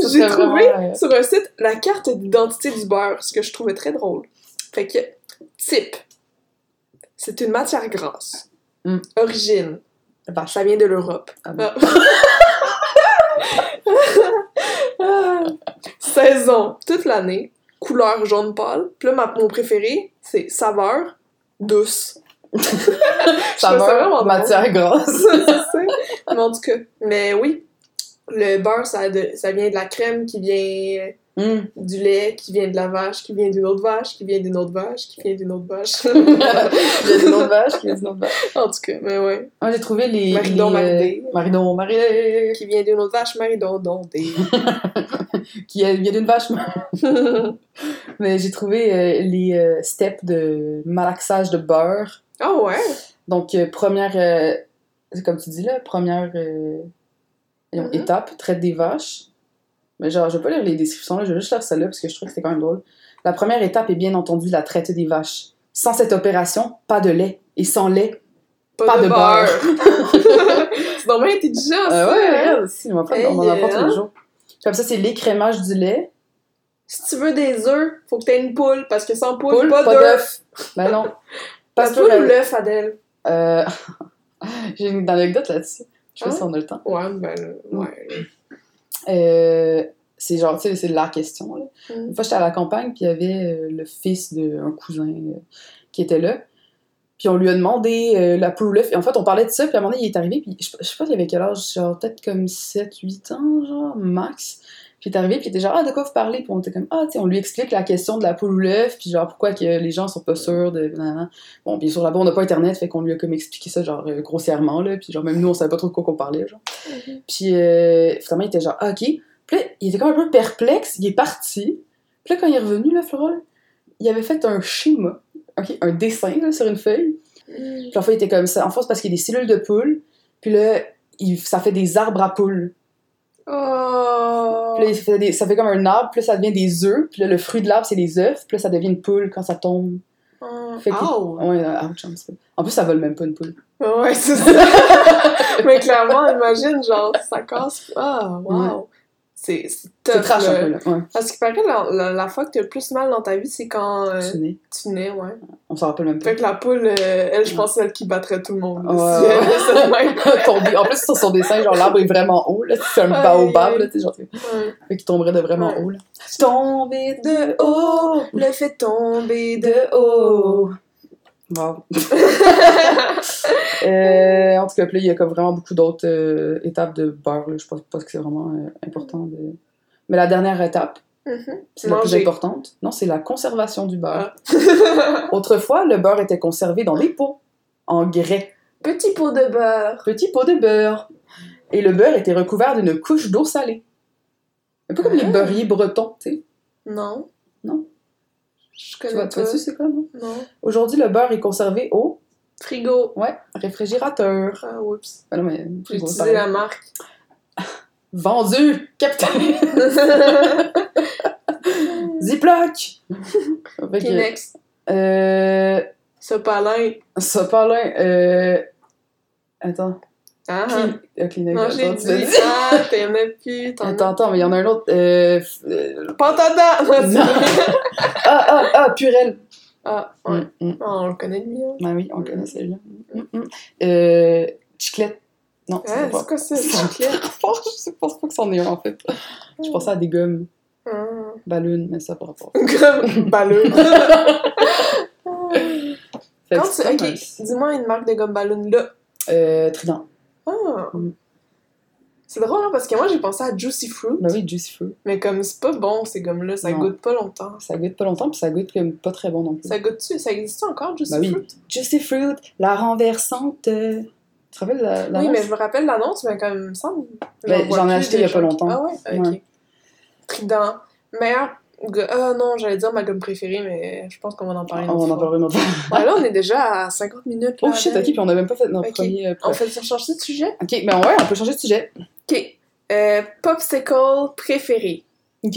C: J'ai trouvé
A: euh,
C: sur un site la carte d'identité du beurre, ce que je trouvais très drôle. Fait que, type, c'est une matière grasse.
A: Mm.
C: Origine,
A: Bah,
C: ça vient de l'Europe.
A: Ah bon.
C: Ah. Saison, toute l'année. Couleur jaune pâle. Puis là, ma- mon préféré, c'est saveur douce.
A: ça
C: trouve ça vraiment
A: meurt,
C: bon.
A: matière grasse.
C: C'est ça. Mais en tout cas, mais oui, le beurre, ça, a de- ça vient de la crème qui vient
A: Hum.
C: du lait qui vient de la vache, qui vient d'une autre vache, qui vient d'une autre vache, qui vient d'une autre vache.
A: Il y a des noms de vaches, il y a des noms de vaches.
C: en tout cas, mais ouais.
A: Moi, Ah, j'ai trouvé les...
C: Maridon
A: les, euh,
C: maridé.
A: Maridon maridé.
C: Qui vient d'une autre vache, Marie-Don, don, des.
A: Qui euh, vient d'une vache. Mais j'ai trouvé euh, les euh, steps de malaxage de beurre.
C: Ah ouais?
A: Donc, euh, première, euh, c'est comme tu dis là, première euh, voyons,
C: Mhm.
A: étape, traite des vaches. Mais genre, je vais pas lire les descriptions là, je vais juste lire celle-là parce que je trouve que c'était quand même drôle. La première étape est bien entendu la traite des vaches. Sans cette opération, pas de lait. Et sans lait,
C: Pas,
A: Pas
C: de,
A: de
C: beurre. c'est normal intelligent,
A: euh,
C: ça.
A: ouais,
C: hein?
A: regarde, si, on en apprend, on en
C: Hey,
A: apprend tous
C: hein?
A: les jours. Comme ça, c'est l'écrémage du lait.
C: Si tu veux des œufs, faut que t'aies une poule, parce que sans poule,
A: Poule,
C: pas,
A: pas
C: d'œufs.
A: d'œuf. Ben non.
C: La
A: Parce que
C: poule ou l'œuf, Adèle?
A: euh, j'ai une anecdote là-dessus. Je sais pas
C: Ah
A: si on a le temps.
C: Ouais, ben, ouais.
A: Euh, c'est genre, tu sais, c'est la question. Là.
C: Mm.
A: Une fois, j'étais à la campagne, puis il y avait euh, le fils d'un cousin euh, qui était là. Puis on lui a demandé euh, la poule ou l'œuf. Et en fait, on parlait de ça, puis à un moment donné, il est arrivé, puis je, je sais pas s'il avait quel âge, genre peut-être comme 7-8 ans, genre, max. Puis il est arrivé, puis il était genre, ah, de quoi vous parlez? Puis on était comme, ah, tu sais, on lui explique la question de la poule ou l'œuf, puis genre, pourquoi que les gens sont pas sûrs de. nanana. Bon, bien sûr, là-bas, on n'a pas Internet, fait qu'on lui a comme expliqué ça, genre, euh, grossièrement, là, puis genre, même nous, on savait pas trop de quoi qu'on parlait, genre. Puis euh, finalement, il était genre, ah, ok. Puis là, il était comme un peu perplexe, il est parti. Puis là, quand il est revenu, là, Florol, il avait fait un schéma, ok, un dessin là, sur une feuille. Puis en fait, il était comme ça. En fait, c'est parce qu'il y a des cellules de poule. Puis là, il- ça fait des arbres à poules.
C: Oh!
A: Puis là, il fait des- ça fait comme un arbre, puis là, ça devient des œufs. Puis là, le fruit de l'arbre, c'est les œufs. Puis là, ça devient une poule quand ça tombe.
C: Ah.
A: Fait que-
C: Ow.
A: Ouais, euh, ouch, un petit peu. En plus, ça vole même pas une poule.
C: Ouais, c'est ça. Mais clairement, imagine, genre, ça casse. Ah, wow. C'est c'est tough.
A: C'est trash un
C: là.
A: peu, là. Ouais,
C: Parce qu'il paraît, la, la, la fois que t'as le plus mal dans ta vie, c'est quand euh,
A: tu nais.
C: tu nais, ouais.
A: On s'en rappelle même pas.
C: Fait que la poule, euh, elle, je pense, c'est elle qui battrait tout le monde.
A: Ouais,
C: Si elle
A: ouais.
C: laissait de même.
A: Tomber. En plus, sur son dessin, genre, l'arbre est vraiment haut, là. C'est comme
C: Aïe,
A: baobab,
C: aïe.
A: là, tu sais, genre.
C: Ouais.
A: Fait qu'il tomberait de vraiment
C: Ouais.
A: haut, là. Tomber
C: De haut, le fait tomber de haut.
A: haut. Wow. Euh, en tout cas, puis là, il y a comme vraiment beaucoup d'autres euh, étapes de beurre. là. Je pense pas que c'est vraiment euh, important. de- Mais la dernière étape,
C: Mhm.
A: c'est la plus
C: Manger.
A: importante. Non, c'est la conservation du beurre.
C: Ah.
A: Autrefois, le beurre était conservé dans des pots, en grès,
C: Petit pot de beurre.
A: petits pots de beurre. Et le beurre était recouvert d'une couche d'eau salée. Un peu comme les
C: Ah.
A: beurriers bretons, tu sais.
C: Non.
A: Non.
C: Je
A: Tu
C: connais
A: vois, tu
C: pas.
A: vois-tu c'est quoi, non?
C: Non.
A: Aujourd'hui, le beurre est conservé au,
C: Frigo.
A: ouais, réfrigérateur.
C: Ah, oups.
A: Ah non, mais...
C: J'ai
A: frigo,
C: utilisé
A: pareil.
C: la marque.
A: Vendu! Capitalisme! Ziploc! Fait
C: Okay,
A: que,
C: next.
A: euh,
C: Ce palin.
A: ça pas loin, euh, attends,
C: Ah,
A: Clean- euh, Kleenex,
C: non, je l'ai
A: attends, tu l'as
C: dit.
A: dit.
C: Ah, t'aimais plus. t'en
A: Attends, attends, mais il y en a un autre, euh, f- euh,
C: as- Pantada!
A: Non. ah, ah, ah, Purel!
C: Ah, ouais.
A: Mm, mm.
C: Ah, on le connaît mieux.
A: Ah oui, on connaît celui-là. Mm, mm. Euh, chiclette. Non,
C: Ah,
A: c'est
C: c'est
A: pas.
C: quoi ça, chiclette?
A: Je pense pas que c'en est un, en fait. Je pensais à des gommes,
C: Ah.
A: ballons, mais ça par rapport.
C: Comme ballon.
A: Fait que
C: Quand tu...
A: c'est pas
C: Ok,
A: mal.
C: dis-moi une marque de gomme ballon là.
A: Euh, Trident.
C: Ah.
A: Mm.
C: C'est drôle, hein, parce que moi, j'ai pensé à Juicy Fruit.
A: Bah oui, Juicy Fruit.
C: Mais comme c'est pas bon, ces gommes-là, ça
A: Non.
C: goûte pas longtemps.
A: Ça goûte pas longtemps, puis ça goûte comme pas très bon non plus.
C: Ça goûte-tu? Ça existe encore, Juicy
A: Bah oui.
C: Fruit?
A: Juicy Fruit, la renversante. euh, Tu te rappelles la, la
C: oui,
A: lance?
C: mais je me rappelle l'annonce, mais comme il me semble.
A: Ben,
C: j'en vois
A: j'en ai
C: plus Ah
A: acheté
C: des
A: il y a pas
C: gens qui-
A: longtemps.
C: Ah ouais? Ok.
A: Ouais.
C: Trident. Meilleur G- Ah non, j'allais dire ma gomme préférée, mais je pense qu'on va en parler une
A: Ah, Oh, on
C: autre
A: en
C: fois.
A: parlera une autre fois.
C: Ouais, là, on est déjà à 50 minutes. Là,
A: Oh shit, ok, puis on n'a même pas fait notre
C: Ok.
A: premier. euh,
C: On fait ça changer de sujet?
A: Ok, ben ouais, on peut changer de sujet.
C: Ok. Euh, popsicle préféré.
A: Ok,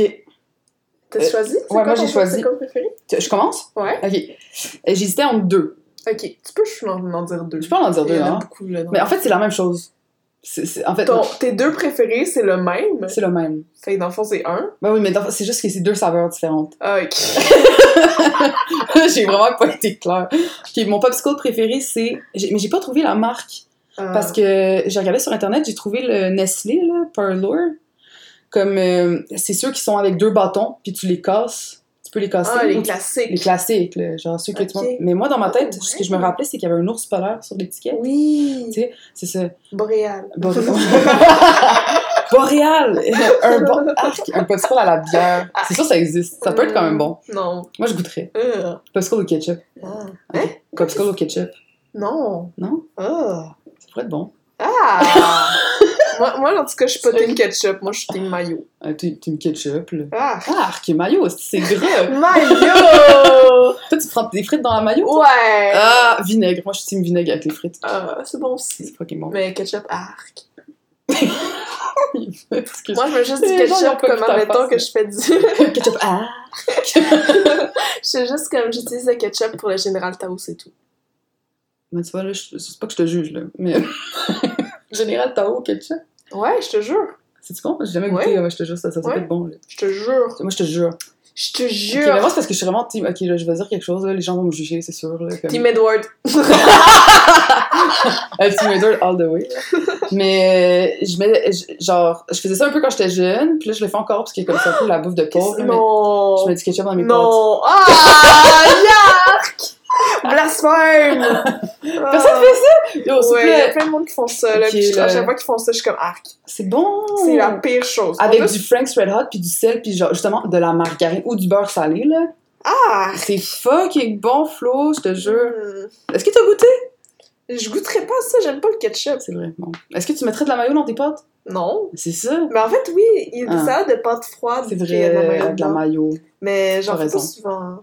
C: T'as
A: Euh,
C: choisi? C'est
A: moi,
C: quoi
A: j'ai
C: ton
A: choisi.
C: popsicle préféré?
A: Tu- je commence?
C: Ouais.
A: Ok. Euh, J'hésitais entre deux.
C: Ok. Tu peux je peux en, en dire deux.
A: Je peux en dire
C: Il
A: deux,
C: y en a
A: hein?
C: beaucoup, là. non?
A: Mais en fait, c'est la même chose. C'est- c'est- en fait,
C: Ton- tes deux préférés, c'est le même.
A: c'est le même.
C: Fait que dans le fond, c'est un.
A: Ben oui, mais dans- c'est juste que c'est deux saveurs différentes.
C: Ah, ok.
A: j'ai vraiment pas été claire. Ok, mon popsicle préféré, c'est. j'ai- Mais j'ai pas trouvé la marque. Parce
C: Ah.
A: que j'ai regardé sur internet, j'ai trouvé le Nestlé, là, Parlour. Comme euh, c'est ceux qui sont avec deux bâtons, puis tu les casses. Tu peux les casser.
C: Ah,
A: Ou
C: les
A: tu-
C: classiques.
A: les classiques, là, genre ceux que tu
C: Ok.
A: manges. Mais moi, dans ma tête,
C: Ah,
A: ce
C: ouais.
A: que je me rappelais, c'est qu'il y avait un ours polaire sur l'étiquette.
C: Oui.
A: Tu sais, c'est ça.
C: Boréal.
A: Boré- Boréal! un bon arc, un popsicle à la bière.
C: Ah.
A: C'est sûr, ça existe. Ça peut être
C: Mm.
A: quand même bon.
C: Non.
A: Moi, je goûterais.
C: Euh.
A: Popsicle au ketchup.
C: Ah.
A: Popsicle au ketchup.
C: Non.
A: Non?
C: Ah.
A: Ça pourrait être bon.
C: Ah. moi, moi, en tout cas, je suis pas team ketchup. Moi, je suis team mayo.
A: Euh, Team team ketchup, là.
C: Ah.
A: Ah, arc et maillot, c'est gras!
C: Mayo!
A: Toi, tu te prends des frites dans la maillot?
C: ouais!
A: Ah, vinaigre. Moi, je suis team vinaigre avec les frites.
C: Ah, c'est bon aussi.
A: C'est fucking bon.
C: Mais ketchup arc.
A: Excuse.
C: Moi, je veux juste du
A: Les gens, ils ont
C: ketchup
A: pas
C: comme,
A: pu t'en
C: admettons
A: passer.
C: que je fais du...
A: Ketchup. Ah.
C: Je fais juste comme j'utilise le ketchup pour le général Tao, c'est tout.
A: Mais tu vois, là, je- c'est pas que je te juge, là. Mais. Général Tao, ketchup.
C: Ouais, je te jure.
A: C'est-tu con? J'ai jamais goûté.
C: Ouais.
A: Ouais. je te jure, ça, ça, ça peut
C: Ouais.
A: être bon, là.
C: Je te jure.
A: Moi, je te jure.
C: Je te
A: Ok, mais
C: jure.
A: moi, c'est parce que je suis vraiment team. Ok, là, je vais dire quelque chose, là. Les gens vont me juger, c'est sûr, là. Comme...
C: Team Edward.
A: Euh, Team Edward all the way. Mais, euh, je mets. je- Genre, je faisais ça un peu quand j'étais jeune, puis là, je le fais encore, parce que comme c'est un peu la bouffe de pauvre. là, mais Je mets
C: Non.
A: du ketchup dans mes pâtes.
C: Non. Ah! Yark! Blasphème! Ah.
A: Personne fait ça! Yo, s'il vous
C: Ouais, il y
A: plaît!
C: a plein de monde qui font ça. Là,
A: Ok,
C: puis je- à
A: là.
C: chaque fois qu'ils font ça, je suis comme arc.
A: C'est bon!
C: C'est la pire chose.
A: Avec
C: En
A: du Frank's Red Hot, puis du sel, puis genre, justement, de la margarine ou du beurre salé, là.
C: Ah!
A: C'est fucking bon, Flo, je te jure.
C: Hmm.
A: Est-ce que t'as goûté?
C: Je goûterais pas ça, j'aime pas le ketchup.
A: C'est vrai, bon. Est-ce que tu mettrais de la mayo dans tes pâtes?
C: Non.
A: C'est ça.
C: Mais en fait, oui, il y a des
A: Ah.
C: salades de pâtes froides.
A: C'est
C: puis il y a de la
A: vrai,
C: mayo
A: avec de la
C: dedans.
A: mayo.
C: Mais j'en
A: T'as
C: fais pas
A: raison.
C: souvent.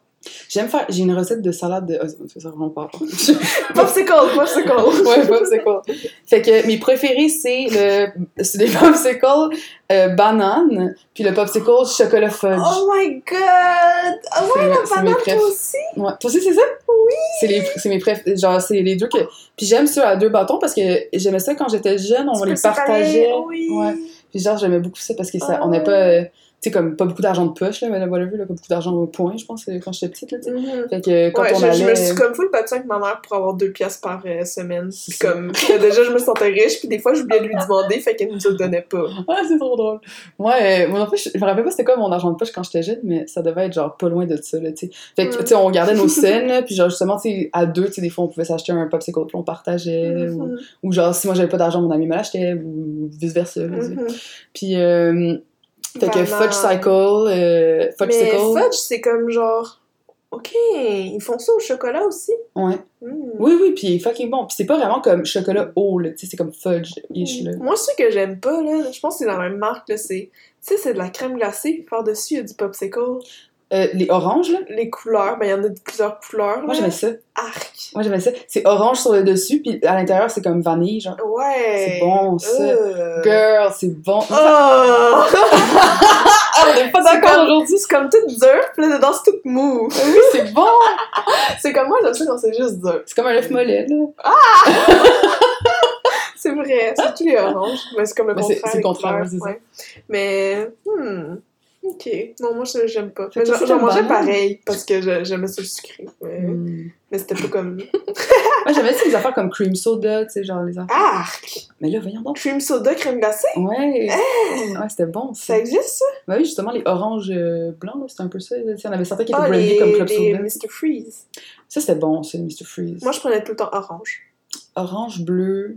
A: J'aime faire... J'ai une recette de salade de... Ah, c'est ça, vraiment pas.
C: Popsicle, popsicle.
A: ouais, popsicle. Fait que mes préférés, c'est le... C'est des popsicles euh, banane, puis le popsicle chocolat fudge.
C: Oh my god! Ah ouais,
A: C'est
C: la
A: mes- c'est mes
C: banane, toi
A: préf.
C: aussi?
A: Ouais. Toi aussi, c'est ça? Oui! C'est les- c'est mes préf... Genre, c'est les deux que... Puis j'aime ceux à deux bâtons parce que j'aimais ça quand j'étais jeune, on
C: Tu peux
A: les
C: séparer,
A: partageait.
C: Oui.
A: Ouais. Puis genre, j'aimais beaucoup ça parce que ça...
C: Ah.
A: On n'a pas... euh, Tu sais, comme pas beaucoup d'argent de poche, là, mais whatever, là, pas beaucoup d'argent au point, je pense, euh, quand j'étais petite, là, tu sais.
C: Mhm.
A: Fait que euh, quand
C: ouais,
A: on
C: je,
A: allait...
C: je me suis comme full battue avec ma mère pour avoir deux pièces par euh, semaine. Puis
A: C'est ça.
C: comme, que déjà, je me sentais riche, puis des fois, j'oubliais de lui demander, fait qu'elle nous le donnait pas.
A: Ah, c'est trop drôle. Moi, euh, mon enfant, je je me rappelle pas c'était quoi mon argent de poche quand j'étais jeune, mais ça devait être genre pas loin de ça, là, tu sais. Fait que,
C: Mm.
A: tu sais, on regardait nos scènes, là, puis genre, justement, tu sais, à deux, tu sais, des fois, on pouvait s'acheter un popsicle, puis on partageait, ou,
C: Mhm.
A: ou genre, si moi j'avais pas d'argent, mon ami me l'achetait, ou vice-versa, là, tu sais.
C: Mhm.
A: Puis, euh, fait que
C: Vraiment.
A: Fudge Cycle, euh, Fudge
C: Mais
A: Cycle.
C: fudge, c'est comme genre, ok, ils font ça au chocolat aussi?
A: Ouais.
C: Mhm.
A: Oui, oui, puis il est fucking bon. Puis c'est pas vraiment comme chocolat haut, là, tu sais, c'est comme fudge-ish, là.
C: Moi, ce que j'aime pas, là, je pense que c'est la même marque, là, c'est, tu sais, c'est de la crème glacée, puis par-dessus, il y a du popsicle.
A: Euh, les oranges, là.
C: Les couleurs, ben, il y en a de plusieurs couleurs,
A: Moi,
C: là.
A: j'aimais ça.
C: Arc!
A: Moi, j'aimais ça. C'est orange sur le dessus, puis à l'intérieur, c'est comme vanille, genre.
C: Ouais!
A: C'est bon, ça.
C: Euh.
A: Girl, c'est bon.
C: Oh!
A: Ah, on est pas
C: C'est
A: d'accord
C: comme-
A: aujourd'hui.
C: C'est comme tout dur, puis là, dedans, c'est tout mou.
A: Oui, c'est bon.
C: C'est comme moi, j'aime ça quand c'est juste dur.
A: C'est comme un œuf mollet, là.
C: C'est vrai, c'est tous les oranges, mais c'est comme le
A: Ben, c'est-
C: contraire.
A: c'est le
C: les
A: contraire,
C: couleurs,
A: c'est ça.
C: ouais. Mais, hmm, ok. Non, moi, ça, j'aime pas.
A: Fait
C: Mais
A: que
C: j'en
A: c'est
C: j'en
A: une
C: mangeais
A: banane.
C: pareil, parce que je- j'aimais ça sucré. Mais,
A: Hmm.
C: mais c'était pas comme...
A: Moi, j'aimais ça, les affaires comme cream soda, tu sais, genre les affaires.
C: Ah!
A: Mais là, voyons donc.
C: Cream soda, crème glacée,
A: Ouais. Ouais, c'était bon.
C: ça
A: Ça...
C: existe, ça?
A: Bah oui, justement, les oranges euh, blancs, là, c'était un peu ça. là, tu sais, on avait certains qui étaient
C: Ah,
A: brandés
C: les,
A: comme club
C: les
A: soda.
C: Mr. Freeze.
A: Ça, c'était bon, c'est Mr. Freeze.
C: Moi, je prenais tout le temps orange.
A: Orange, bleu,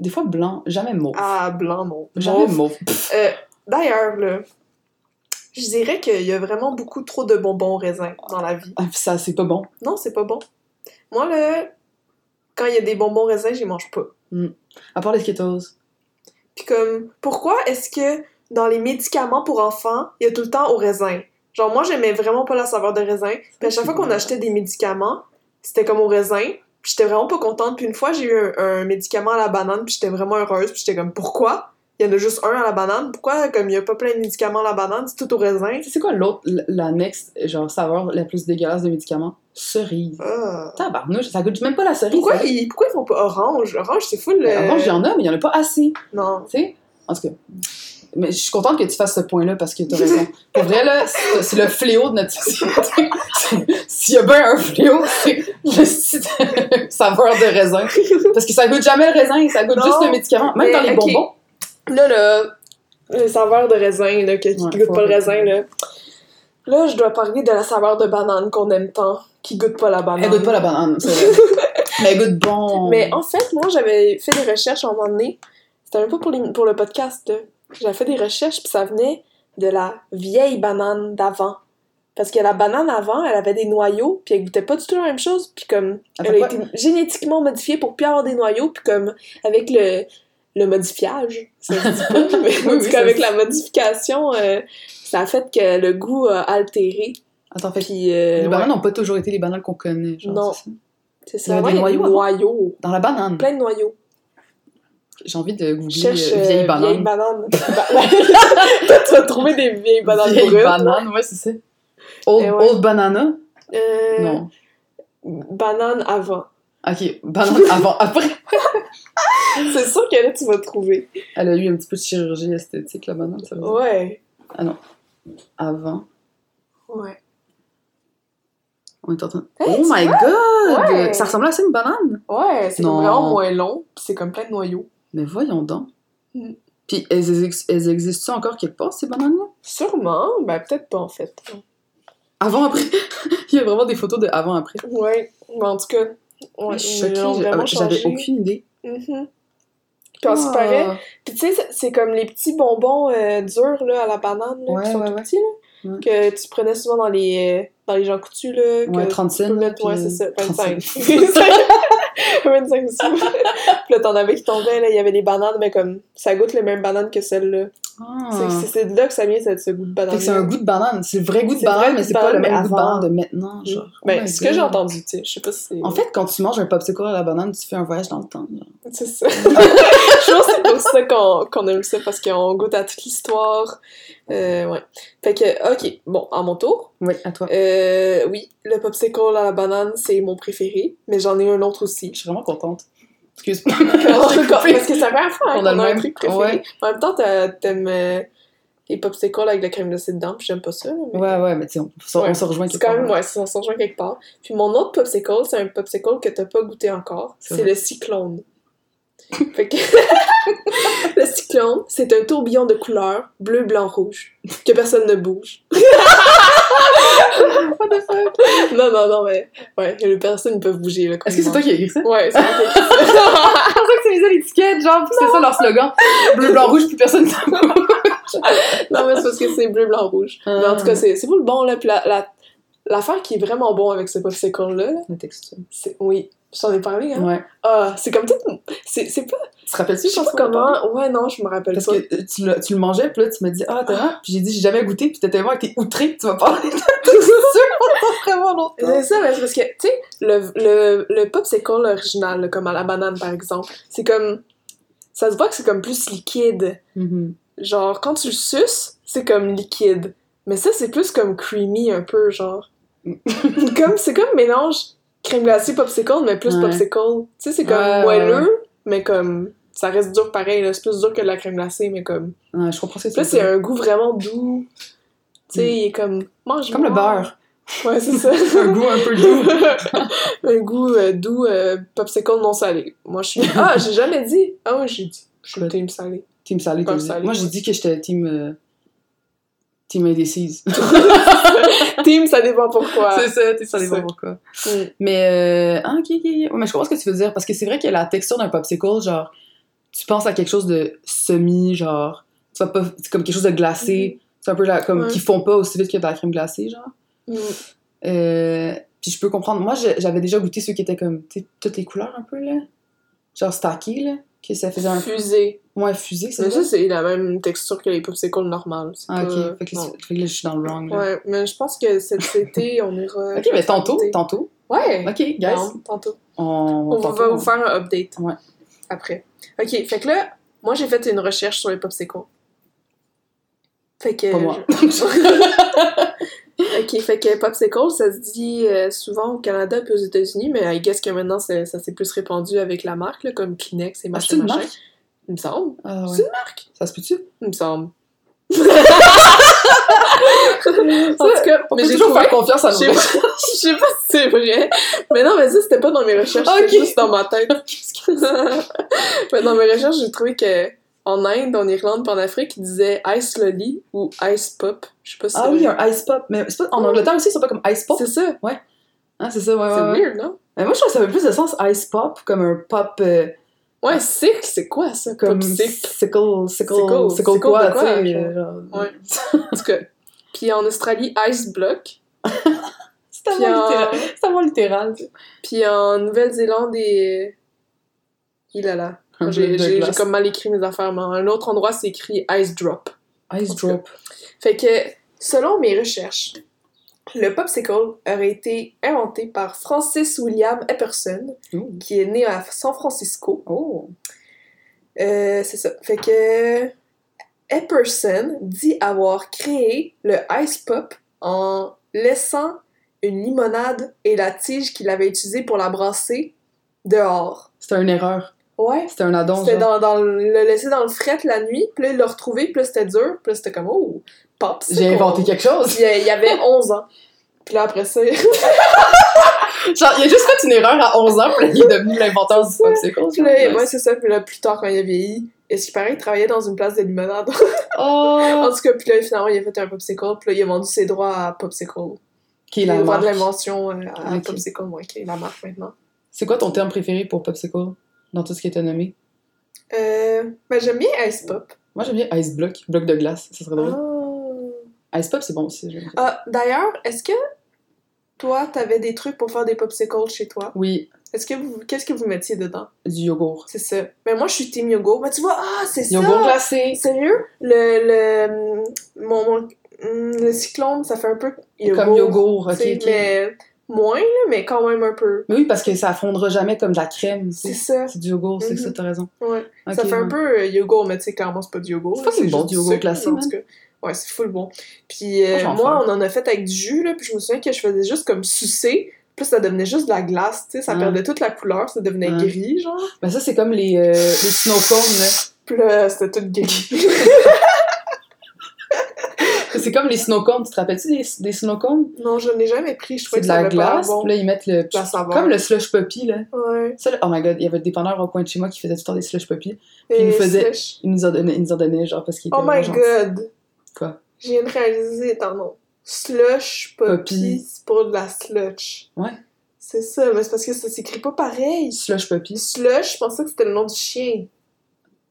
A: des fois blanc, jamais mauve.
C: Ah, blanc, mon.
A: Jamais mauve.
C: Euh, D'ailleurs, là, je dirais qu'il y a vraiment beaucoup trop de bonbons raisins dans la vie.
A: Ah, ça, c'est pas bon.
C: Non, c'est pas bon. Moi, là, quand il y a des bonbons raisins, j'y mange pas.
A: À part les Skittles.
C: Puis comme, pourquoi est-ce que dans les médicaments pour enfants, il y a tout le temps au raisin? Genre, moi, j'aimais vraiment pas la saveur de raisin. Puis à chaque fois qu'on achetait des médicaments, c'était comme au raisin. Puis j'étais vraiment pas contente. Puis une fois, j'ai eu un, un médicament à la banane, puis j'étais vraiment heureuse. Puis j'étais comme, pourquoi? Il y en a juste un à la banane. Pourquoi, comme il y a pas plein de médicaments à la banane, c'est tout au raisin?
A: C'est quoi l'autre, l- la next, genre, saveur la plus dégueulasse des médicaments? Cerise.
C: Ah.
A: Tabarnouche, ça goûte même pas la cerise.
C: Pourquoi
A: ça.
C: ils, pourquoi ils font pas orange? Orange, c'est full.
A: Mais
C: euh,
A: Avant, Ben, il y en a, mais il y en a pas assez.
C: Non.
A: Tu sais? En tout cas. Mais je suis contente que tu fasses ce point-là parce que t'as raison. Pour vrai, là, c'est c'est le fléau de notre société. S'il y a bien un fléau, c'est le site saveur de raisin. Parce que ça goûte jamais le raisin, ça goûte
C: Non.
A: juste le médicament. Même
C: Mais,
A: dans les
C: ok.
A: bonbons.
C: Là, là, le saveur de raisin, là, que, qui
A: Ouais,
C: goûte
A: faut
C: pas le
A: arrêter.
C: raisin, là. Là, je dois parler de la saveur de banane qu'on aime tant, qui goûte pas la banane.
A: Elle goûte pas la banane, c'est vrai. mais elle goûte bon.
C: Mais en fait, moi, j'avais fait des recherches à un moment donné. C'était même pas pour, les- pour le podcast, là. J'avais fait des recherches, puis ça venait de la vieille banane d'avant. Parce que la banane avant, elle avait des noyaux, puis elle goûtait pas du tout la même chose. Puis comme,
A: Elle
C: elle
A: fait
C: a été génétiquement modifiée pour plus avoir des noyaux, puis comme, avec le, le modifiage, ça se dit pas, mais en
A: Oui, oui,
C: tout cas,
A: ça
C: avec
A: se-
C: la modification, euh, ça a fait que le goût a altéré.
A: Attends, fait que
C: Puis, euh,
A: les
C: ouais,
A: bananes n'ont pas toujours été les bananes qu'on connaît. Genre,
C: Non.
A: c'est ça.
C: c'est
A: il y
C: ça.
A: avait
C: Ouais,
A: des
C: il y a des
A: noyaux avant.
C: noyaux,
A: Dans la banane.
C: plein de noyaux.
A: J'ai envie de googler
C: Cherche
A: euh,
C: euh,
A: vieille banane.
C: vieille banane. Bah, tu vas trouver des vieilles bananes
A: Vieille
C: brutes.
A: banane, ouais, c'est ça. Old,
C: Eh ouais.
A: old banana?
C: Euh,
A: Non.
C: Banane avant.
A: Ok, banane avant, après.
C: C'est sûr que là, tu vas trouver.
A: Elle a eu un petit peu de chirurgie esthétique, la banane, ça veut dire.
C: Ouais.
A: Avant.
C: Ouais.
A: On est en train...
C: Hey,
A: oh
C: Eh, tu
A: my god!
C: Ouais.
A: Ça ressemble assez à une banane?
C: Ouais, c'est
A: Non.
C: vraiment moins long, pis c'est comme plein de noyaux.
A: Mais voyons donc.
C: Mm.
A: Puis elles, ex- elles existent encore quelque part, ces bananes-là?
C: Sûrement, ben peut-être pas en fait.
A: Avant, après. Il y a vraiment des photos de avant, après.
C: Ouais, mais en tout cas,
A: Je
C: ouais,
A: suis choquée,
C: ils l'ont
A: j'ai- ah,
C: vraiment
A: j'avais
C: changé.
A: aucune idée.
C: Mhm. Puis on se paraît.
A: Ah.
C: Puis tu sais, c'est- c'est comme les petits bonbons euh, durs là, à la banane, là,
A: Ouais,
C: qui sont
A: ouais,
C: tout
A: ouais.
C: petits, là,
A: Ouais.
C: que tu prenais souvent dans les, euh, dans les gens coutus, là,
A: Ouais,
C: que
A: 30
C: Tu peux
A: cents.
C: mettre,
A: puis-
C: ouais, c'est ça, 25.
A: 30
C: 25 sous. Puis là, t'en avais qui tombaient, là, il y avait des bananes, mais comme, ça goûte les mêmes bananes que celles-là.
A: Ah.
C: C'est- C'est c'est de là que ça vient, ce, ce goût de banane.
A: Fait que c'est un goût de banane, c'est le vrai goût de
C: C'est le vrai
A: banane,
C: goût
A: mais
C: de
A: c'est pas le
C: banane,
A: même
C: mais
A: goût de
C: avant.
A: banane de maintenant, genre. Oh
C: Ben,
A: my
C: c'est ce que j'ai
A: God.
C: entendu, tu sais, je sais pas si c'est...
A: En fait, quand tu manges un popsicle à la banane, tu fais un voyage dans le temps. genre.
C: C'est ça. je pense que c'est pour ça qu'on qu'on aime ça, parce qu'on goûte à toute l'histoire. Euh, ouais. Fait que, ok, bon, à mon tour.
A: Oui, à toi.
C: Euh, oui, le popsicle à la banane, c'est mon préféré, mais j'en ai un autre aussi.
A: Je suis vraiment contente. Excuse-moi.
C: Parce
A: Je t'ai coupé.
C: que c'est la première fois hein,
A: On a
C: qu'on
A: le
C: a un
A: même.
C: truc préféré.
A: Ouais.
C: En même temps, t'as- t'aimes euh, les popsicles avec de la crème glacée dedans, puis j'aime pas ça. mais
A: Ouais, ouais, mais tu sais, on, on
C: Ouais.
A: se rejoint
C: C'est
A: quelque
C: quand même,
A: part.
C: ouais, ça s'en rejoint quelque part. Puis mon autre popsicle, c'est un popsicle que t'as pas goûté encore.
A: C'est
C: C'est
A: vrai.
C: le cyclone. fait que... le cyclone, c'est un tourbillon de couleurs bleu, blanc, rouge, que personne ne bouge. Non, non, non, mais... Ouais, les personnes ne peuvent bouger, là. comme
A: Est-ce que c'est
C: moi.
A: toi qui as écrit ça?
C: Ouais, c'est moi qui ai écrit ça.
A: C'est pour ça que c'est mis à l'étiquette, genre, c'est ça leur slogan. Bleu, blanc, rouge, plus personne
C: Non, mais c'est parce que c'est bleu, blanc, rouge.
A: Ah.
C: Mais en tout cas, c'est c'est pour le bon, là. Puis la- la- l'affaire qui est vraiment bon avec ce popsicle-là, là,
A: La texture.
C: c'est. Oui, j'en ai parlé, hein.
A: Ouais.
C: Ah, c'est comme tout. C'est c'est pas.
A: Tu te rappelles-tu,
C: Je sais pas
A: qu'on en a parlé?
C: comment. Ouais, non, je me rappelle
A: Parce
C: pas.
A: que euh, tu le, tu le mangeais, puis là, tu me dis, ah, t'as rien. Puis j'ai dit, j'ai jamais goûté, puis t'as tellement été outré que tu m'as parlé de ça vraiment longtemps.
C: C'est ça, mais c'est parce que, tu sais, le, le, le popsicle original, là, comme à la banane par exemple, c'est comme. Ça se voit que c'est comme plus liquide.
A: Mhm.
C: Genre, quand tu le suces, c'est comme liquide. Mais ça, c'est plus comme creamy un peu, genre. comme, c'est comme mélange crème glacée popsicle, mais plus
A: Ouais.
C: popsicle. Tu sais, c'est comme
A: Ouais, ouais,
C: moelleux, mais comme. Ça reste dur pareil, là. C'est plus dur que de la crème glacée, mais comme.
A: Ouais, je comprends ce que
C: Puis là,
A: tu
C: c'est
A: c'est
C: un goût vraiment doux. Tu sais, il est comme. mange
A: Mm. Comme le beurre.
C: Ouais, c'est ça.
A: un goût un peu doux.
C: un goût euh, doux, euh, popsicle non salé. Moi, je suis. Ah, j'ai jamais dit. Ah, ouais, j'ai dit. Je suis
A: Quoi?
C: team salé.
A: Team salé,
C: Pas
A: team salé.
C: salé.
A: Moi, j'ai dit que j'étais team... euh, Team indécise.
C: team, ça dépend pourquoi.
A: C'est ça, t'es salé,
C: C'est ça.
A: pas pourquoi.
C: Mm.
A: Mais, euh, ah, ok, ok, ok. Ouais, mais je comprends ce que tu veux dire, parce que c'est vrai que la texture d'un popsicle, genre, tu penses à quelque chose de semi, genre, tu vois pas, c'est comme quelque chose de glacé, c'est un peu la- comme,
C: Mm-hmm. Ouais.
A: qui fond pas aussi vite que de la crème glacée, genre.
C: Mm.
A: Euh, puis je peux comprendre, moi, je- j'avais déjà goûté ceux qui étaient comme, tu sais, toutes les couleurs un peu, là, genre stacké, là, que ça faisait un
C: Fusée.
A: Ouais, fusée, c'est
C: Mais
A: ça?
C: ça, c'est la même texture que les popsicles normales. c'est
A: Ah, ok.
C: pas-
A: Fait que,
C: non.
A: c'est- fait que là, je suis dans le wrong. là.
C: euh, Ouais, mais je pense que cet été, on ira.
A: Ok, mais tantôt, tantôt.
C: Ouais!
A: Ok, guys.
C: Non, tantôt.
A: On,
C: On
A: tantôt,
C: va
A: on-
C: vous faire un update.
A: Ouais.
C: Après. Ok, fait que là, moi j'ai fait une recherche sur les popsicles. Fait que.
A: Pas moi.
C: je- ok, fait que popsicle, ça se dit euh, souvent au Canada puis aux États-Unis, mais I guess que maintenant ça, ça s'est plus répandu avec la marque, là, comme Kleenex et
A: Ah,
C: machin.
A: c'est une
C: machin.
A: marque?
C: Il me semble.
A: Ah, ouais.
C: C'est une marque.
A: Ça se peut-tu?
C: Il me semble. en tout cas,
A: On
C: mais
A: peut
C: j'ai
A: toujours
C: trouvé-
A: faire confiance à
C: je sais
A: nous.
C: pas, je sais pas si c'est vrai. Mais non, mais ça, c'était pas dans mes recherches,
A: Ok.
C: c'était juste dans ma tête. mais dans mes recherches, j'ai trouvé que en Inde, en Irlande, puis en Afrique, ils disaient Ice Lolly ou Ice Pop. Je sais pas si
A: Ah
C: c'est
A: oui,
C: vrai.
A: un ice pop. Mais c'est pas... en Angleterre aussi, c'est pas comme ice pop.
C: C'est ça.
A: Ah, c'est ça, ouais,
C: C'est
A: ouais. ouais.
C: weird, non?
A: Mais moi, je trouve que ça fait plus de sens ice pop, comme un pop. euh,
C: Ouais, sick, c'est quoi ça?
A: comme
C: Pop sick.
A: sickle, sickle,
C: Sickle,
A: sickle,
C: sickle
A: quoi,
C: de
A: tu
C: quoi,
A: sais.
C: genre.
A: genre.
C: Ouais. En tout cas. Puis en Australie, Ice Block.
A: C'est
C: Puis
A: tellement
C: en,
A: littéral. C'est tellement littéral.
C: puis en Nouvelle-Zélande et. Il a là.
A: Un
C: J'ai
A: bloc de
C: j'ai- j'ai
A: glace.
C: comme mal écrit mes affaires, mais un autre endroit, c'est écrit Ice Drop.
A: Ice drop.
C: Fait que, selon mes recherches, le popsicle aurait été inventé par Francis William Epperson,
A: Oh.
C: qui est né à San Francisco.
A: Oh.
C: Euh, c'est ça. Fait que Epperson dit avoir créé le ice pop en laissant une limonade et la tige qu'il avait utilisée pour la brasser dehors.
A: C'était une erreur.
C: Ouais.
A: C'était un addon.
C: C'était
A: genre.
C: dans, dans le le laisser dans le fret la nuit, puis là, il l'a retrouvé, puis là, c'était dur, puis là, c'était comme, oh, pop.
A: J'ai inventé quelque chose.
C: Puis euh, il y avait 11 ans. Puis là, après ça, puis
A: Genre, il a juste fait une erreur à 11 ans, puis là, il est devenu l'inventeur du popsicle. genre.
C: là, ouais, c'est ça. Puis là, plus tard, quand il a vieilli, est-ce qu'il paraît qu'il travaillait dans une place de limonade? en
A: Oh.
C: tout cas, puis là, finalement, il a fait un popsicle. Puis là, il a vendu ses droits à Popsicle.
A: Qui est
C: Il a
A: la
C: droit de
A: marque.
C: l'invention euh, à
A: Ok.
C: Popsicle, moi, qui est la marque maintenant.
A: C'est quoi ton terme préféré pour popsicle dans tout ce qui est nommé?
C: Euh, ben, j'aime bien Ice Pop.
A: Moi, j'aime bien ice block, bloc de glace. Ça serait drôle.
C: Ah,
A: Ice pop, c'est bon aussi. j'aime ça.
C: Ah, d'ailleurs, est-ce que toi, t'avais des trucs pour faire des popsicles chez toi?
A: Oui,
C: Est-ce que vous... Qu'est-ce que vous mettiez dedans?
A: du yogourt.
C: C'est ça. Mais moi, je suis team yogourt. Mais tu vois, ah, c'est ça!
A: Yogourt glacé.
C: Sérieux? Le, le, mon, mon- le cyclone, ça fait un peu
A: Comme yogourt, ok.
C: tu sais,
A: ok.
C: Mais moins, là, mais quand même un peu.
A: Mais oui, parce que ça fondra jamais comme de la crème. tu sais.
C: C'est ça.
A: C'est du yogourt, c'est ça,
C: Mhm.
A: t'as raison.
C: Ouais.
A: Ok,
C: ça fait un
A: ouais.
C: peu euh, yogourt, mais tu sais, clairement, c'est pas du yogourt.
A: C'est
C: là,
A: pas si bon,
C: juste
A: du yogourt
C: sucre,
A: glacé,
C: mais en
A: man.
C: tout cas, Ouais, c'est full bon. Puis euh,
A: Moi, j'en
C: moi, on en a fait avec du jus, là, puis je me souviens que je faisais juste comme sucer. Puis ça devenait juste de la glace, tu sais, ça
A: Ouais.
C: perdait toute la couleur, ça devenait
A: Ouais.
C: gris, genre.
A: Ben ça, c'est comme les, euh, les snow cones, là.
C: Puis là, c'était tout gris.
A: C'est comme les snow cones, tu te rappelles-tu des, des snow cones?
C: non, je l'ai jamais pris, je
A: C'est
C: trouvais
A: de
C: que ça
A: la
C: avait pas l'air
A: glace,
C: bon.
A: puis là, ils mettent le...
C: La saveur.
A: Comme le slush puppy, là.
C: Ouais.
A: Ça, là, oh my god, il y avait le dépanneur au coin de chez moi qui faisait tout le temps des slush puppy.
C: Et
A: il nous faisait-
C: sèche.
A: Il nous en donnait, il nous en donnait genre, parce qu'il était
C: Oh my
A: vraiment gentil.
C: god!
A: Quoi?
C: Je viens de réaliser ton nom. Slush Poppy,
A: Poppy.
C: c'est pour de la sludge.
A: Ouais.
C: C'est ça, mais c'est parce que ça s'écrit pas pareil.
A: Slush puppy.
C: Slush, je pensais que c'était le nom du chien.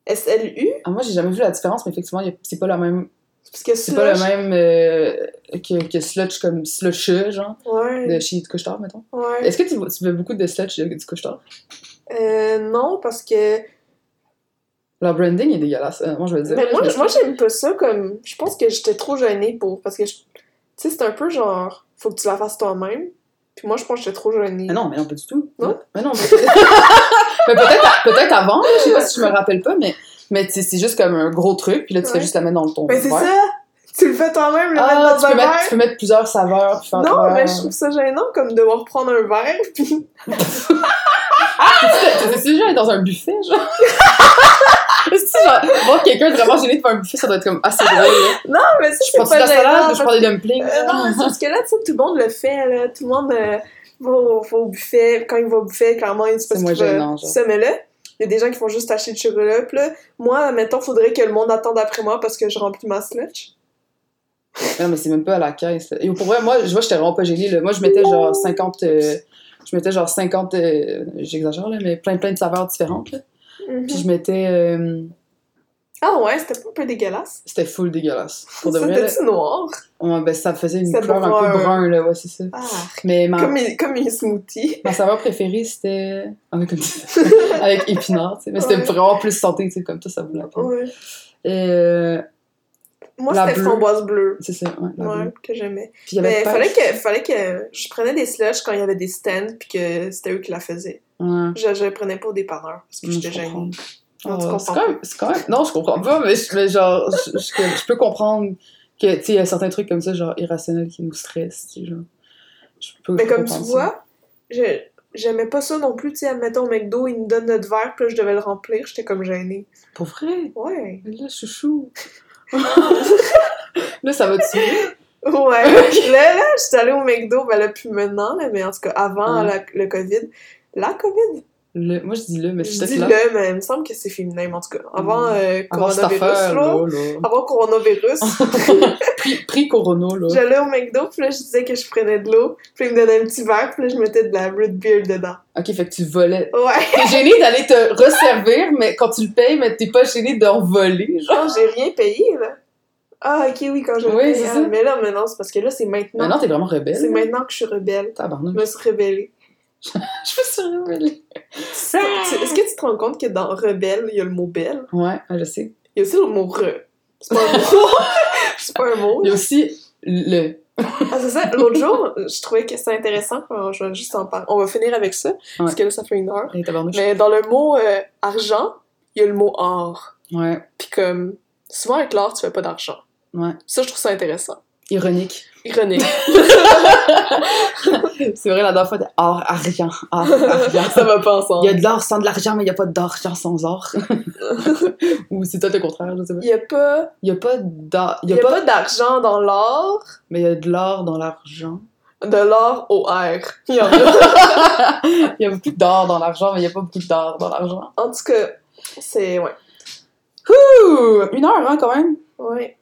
C: S-L-U?
A: Ah, moi, j'ai jamais vu la différence, mais effectivement, il y a- c'est pas la même...
C: C'est Parce que
A: C'est
C: slush.
A: pas le même euh, que, que slush comme slush, genre,
C: Ouais.
A: de chez du couche-tard, mettons.
C: Ouais.
A: Est-ce que tu, tu veux beaucoup de slush de- du couche-tard?
C: Euh, non, parce que.
A: Leur branding est dégueulasse, euh, moi, je veux dire.
C: Mais moi,
A: Je me suis-
C: moi j'aime pas ça comme. Je pense que j'étais trop gênée pour. Parce que, je... tu sais, c'est un peu genre. Faut que tu la fasses toi-même. Puis moi, je pense que j'étais trop gênée.
A: Ah non, mais non, pas du tout.
C: Non?
A: Mais non, mais, mais peut-être peut-être avant, là, je sais pas si je me rappelle pas, mais, mais tu sais, c'est juste comme un gros truc, puis là, tu
C: Ouais.
A: fais juste la mettre dans le ton.
C: mais Ben, c'est
A: verre.
C: ça! Tu le fais toi-même, le mettre
A: Ah,
C: dans
A: tu,
C: un
A: peux
C: verre.
A: mettre, tu peux mettre plusieurs saveurs. puis faire-
C: Non,
A: ouais.
C: mais je trouve ça gênant comme devoir prendre un verre puis
A: C'est- C'est déjà être dans un buffet, genre. Est-ce que, genre, voir quelqu'un vraiment gêné devant un buffet, ça doit être comme assez drôle. là.
C: Ah, mais ça,
A: Je
C: c'est
A: prends-tu de
C: pas
A: la
C: gênant.
A: salade ou je
C: parce-
A: prends des dumplings?
C: Euh, non, mais c'est parce que là, tu sais, tout le monde le fait, là. Tout le monde euh, va, au, va au buffet. Quand il va au buffet, clairement, il sait pas
A: C'est
C: ce
A: moins
C: qu'il va-
A: gênant, genre.
C: Ça, mais là, il y a des gens qui font juste acheter du chocolat. Puis là, moi, mettons, faudrait que le monde attende après moi parce que je remplis ma sludge.
A: Non, mais c'est même pas à la caisse. là. Et pour vrai, moi, je vois, j'étais vraiment pas gênée. Là. Moi, je mettais genre 50. euh, je mettais genre 50.
C: Mhm.
A: euh, J'exagère, là, mais plein, plein de saveurs différentes. là. Puis je mettais. euh,
C: Ah ouais, c'était pas un peu dégueulasse?
A: C'était full dégueulasse. Pour de vrai, là,
C: C'était-tu noir?
A: ouais, ben, ça faisait une
C: C'était
A: couleur un
C: brun.
A: peu brun, là, ouais, c'est ça.
C: Ah,
A: Mais ma,
C: comme, mes, comme mes smoothies.
A: ma saveur préférée, c'était avec, comme avec épinard, tu sais. Mais c'était
C: Ouais.
A: vraiment plus santé, tu sais, comme ça, ça vaut la peine.
C: Ouais.
A: Euh,
C: Moi,
A: La
C: c'était
A: bleue.
C: framboise bleue.
A: c'est ça, ouais. la bleue.
C: Ouais, que j'aimais.
A: Puis il y avait
C: Mais
A: pas-
C: fallait que, fallait que je prenais des slushs quand il y avait des stands puis que c'était eux qui la faisaient.
A: Ouais.
C: Je, je les prenais pas au dépanneur
A: Mm,
C: parce que j'étais gênée. Non, tu
A: Ah, c'est
C: comprends
A: quand même- c'est quand même- Non, je comprends pas, mais, je- mais genre, je, je- que- je peux comprendre que, tu sais, il y a certains trucs comme ça, genre, irrationnels qui nous stressent, tu sais, genre. Je peux
C: Mais comme tu
A: comprendre ça.
C: vois, je- j'aimais pas ça non plus. Tu sais, admettons, au McDo, ils nous donnent notre verre puis là, je devais le remplir. J'étais comme gênée.
A: Pour vrai,
C: Ouais.
A: là, chouchou. là, ça va te tuer. Ah.
C: Ouais. là, là, j'étais allée au McDo. Ben là, plus maintenant, là, mais en tout cas, avant
A: Ouais.
C: la- le COVID. La COVID?
A: Le- Moi, je dis le, mais c'est
C: Je
A: peut-être
C: dis
A: là.
C: le, mais il me semble que c'est féminin, mais en tout cas. Avant
A: Mm.
C: euh,
A: Avant cette
C: coronavirus,
A: affaire,
C: là.
A: là, là.
C: Avant coronavirus.
A: Prix- Prix Corona, là.
C: J'allais au McDo, puis là, je disais que je prenais de l'eau, puis ils me donnaient un petit verre, puis là, je mettais de la root beer dedans.
A: Ok, fait que tu volais.
C: Ouais,
A: T'es gêné d'aller te resservir, mais quand tu le payes, mais t'es pas gêné d'en voler, genre.
C: genre, j'ai rien payé, là. Ah, ok, oui, quand je
A: Oui,
C: payais,
A: c'est
C: ah,
A: ça.
C: Mais là, maintenant, c'est parce que là, c'est maintenant.
A: Maintenant, t'es vraiment rebelle.
C: c'est maintenant que je suis rebelle. Je
A: Tabarnak.
C: me suis rebellée.
A: Je me suis rebellée.
C: Tu- Est-ce que tu te rends compte que dans rebelle, il y a le mot belle?
A: Ouais, ouais, je sais.
C: Il y a aussi le mot re. C'est pas un mot. c'est pas un mot.
A: Il y a aussi le.
C: Ah, c'est ça. L'autre jour, je trouvais que c'était intéressant. puis Je vais juste en parler. On va finir avec ça, parce que là, ça fait une heure.
A: Hey, tabarnouche.
C: Mais dans le mot euh, argent, il y a le mot or.
A: Ouais,
C: Puis comme, souvent avec l'art, tu fais pas d'argent.
A: ouais.
C: Ça, je trouve ça intéressant.
A: Ironique.
C: Ironique.
A: C'est vrai, la dernière fois, t'es or, argent, or, argent.
C: ça va pas
A: Il y a
C: ensemble.
A: de l'or sans de l'argent, mais il n'y a pas d'argent sans or. Ou c'est peut-être le contraire, je sais pas.
C: Il y a pas,
A: Il n'y a pas d'or. Il
C: y
A: y
C: a pas d'argent dans l'art,
A: Mais il y a de l'or dans l'argent.
C: de l'art au R. Il y en a.
A: Il y a beaucoup d'or dans l'argent, mais il n'y a pas beaucoup d'or dans l'argent.
C: en tout cas, c'est, ouais.
A: Ouh! Une heure, hein, quand même.
C: Ouais.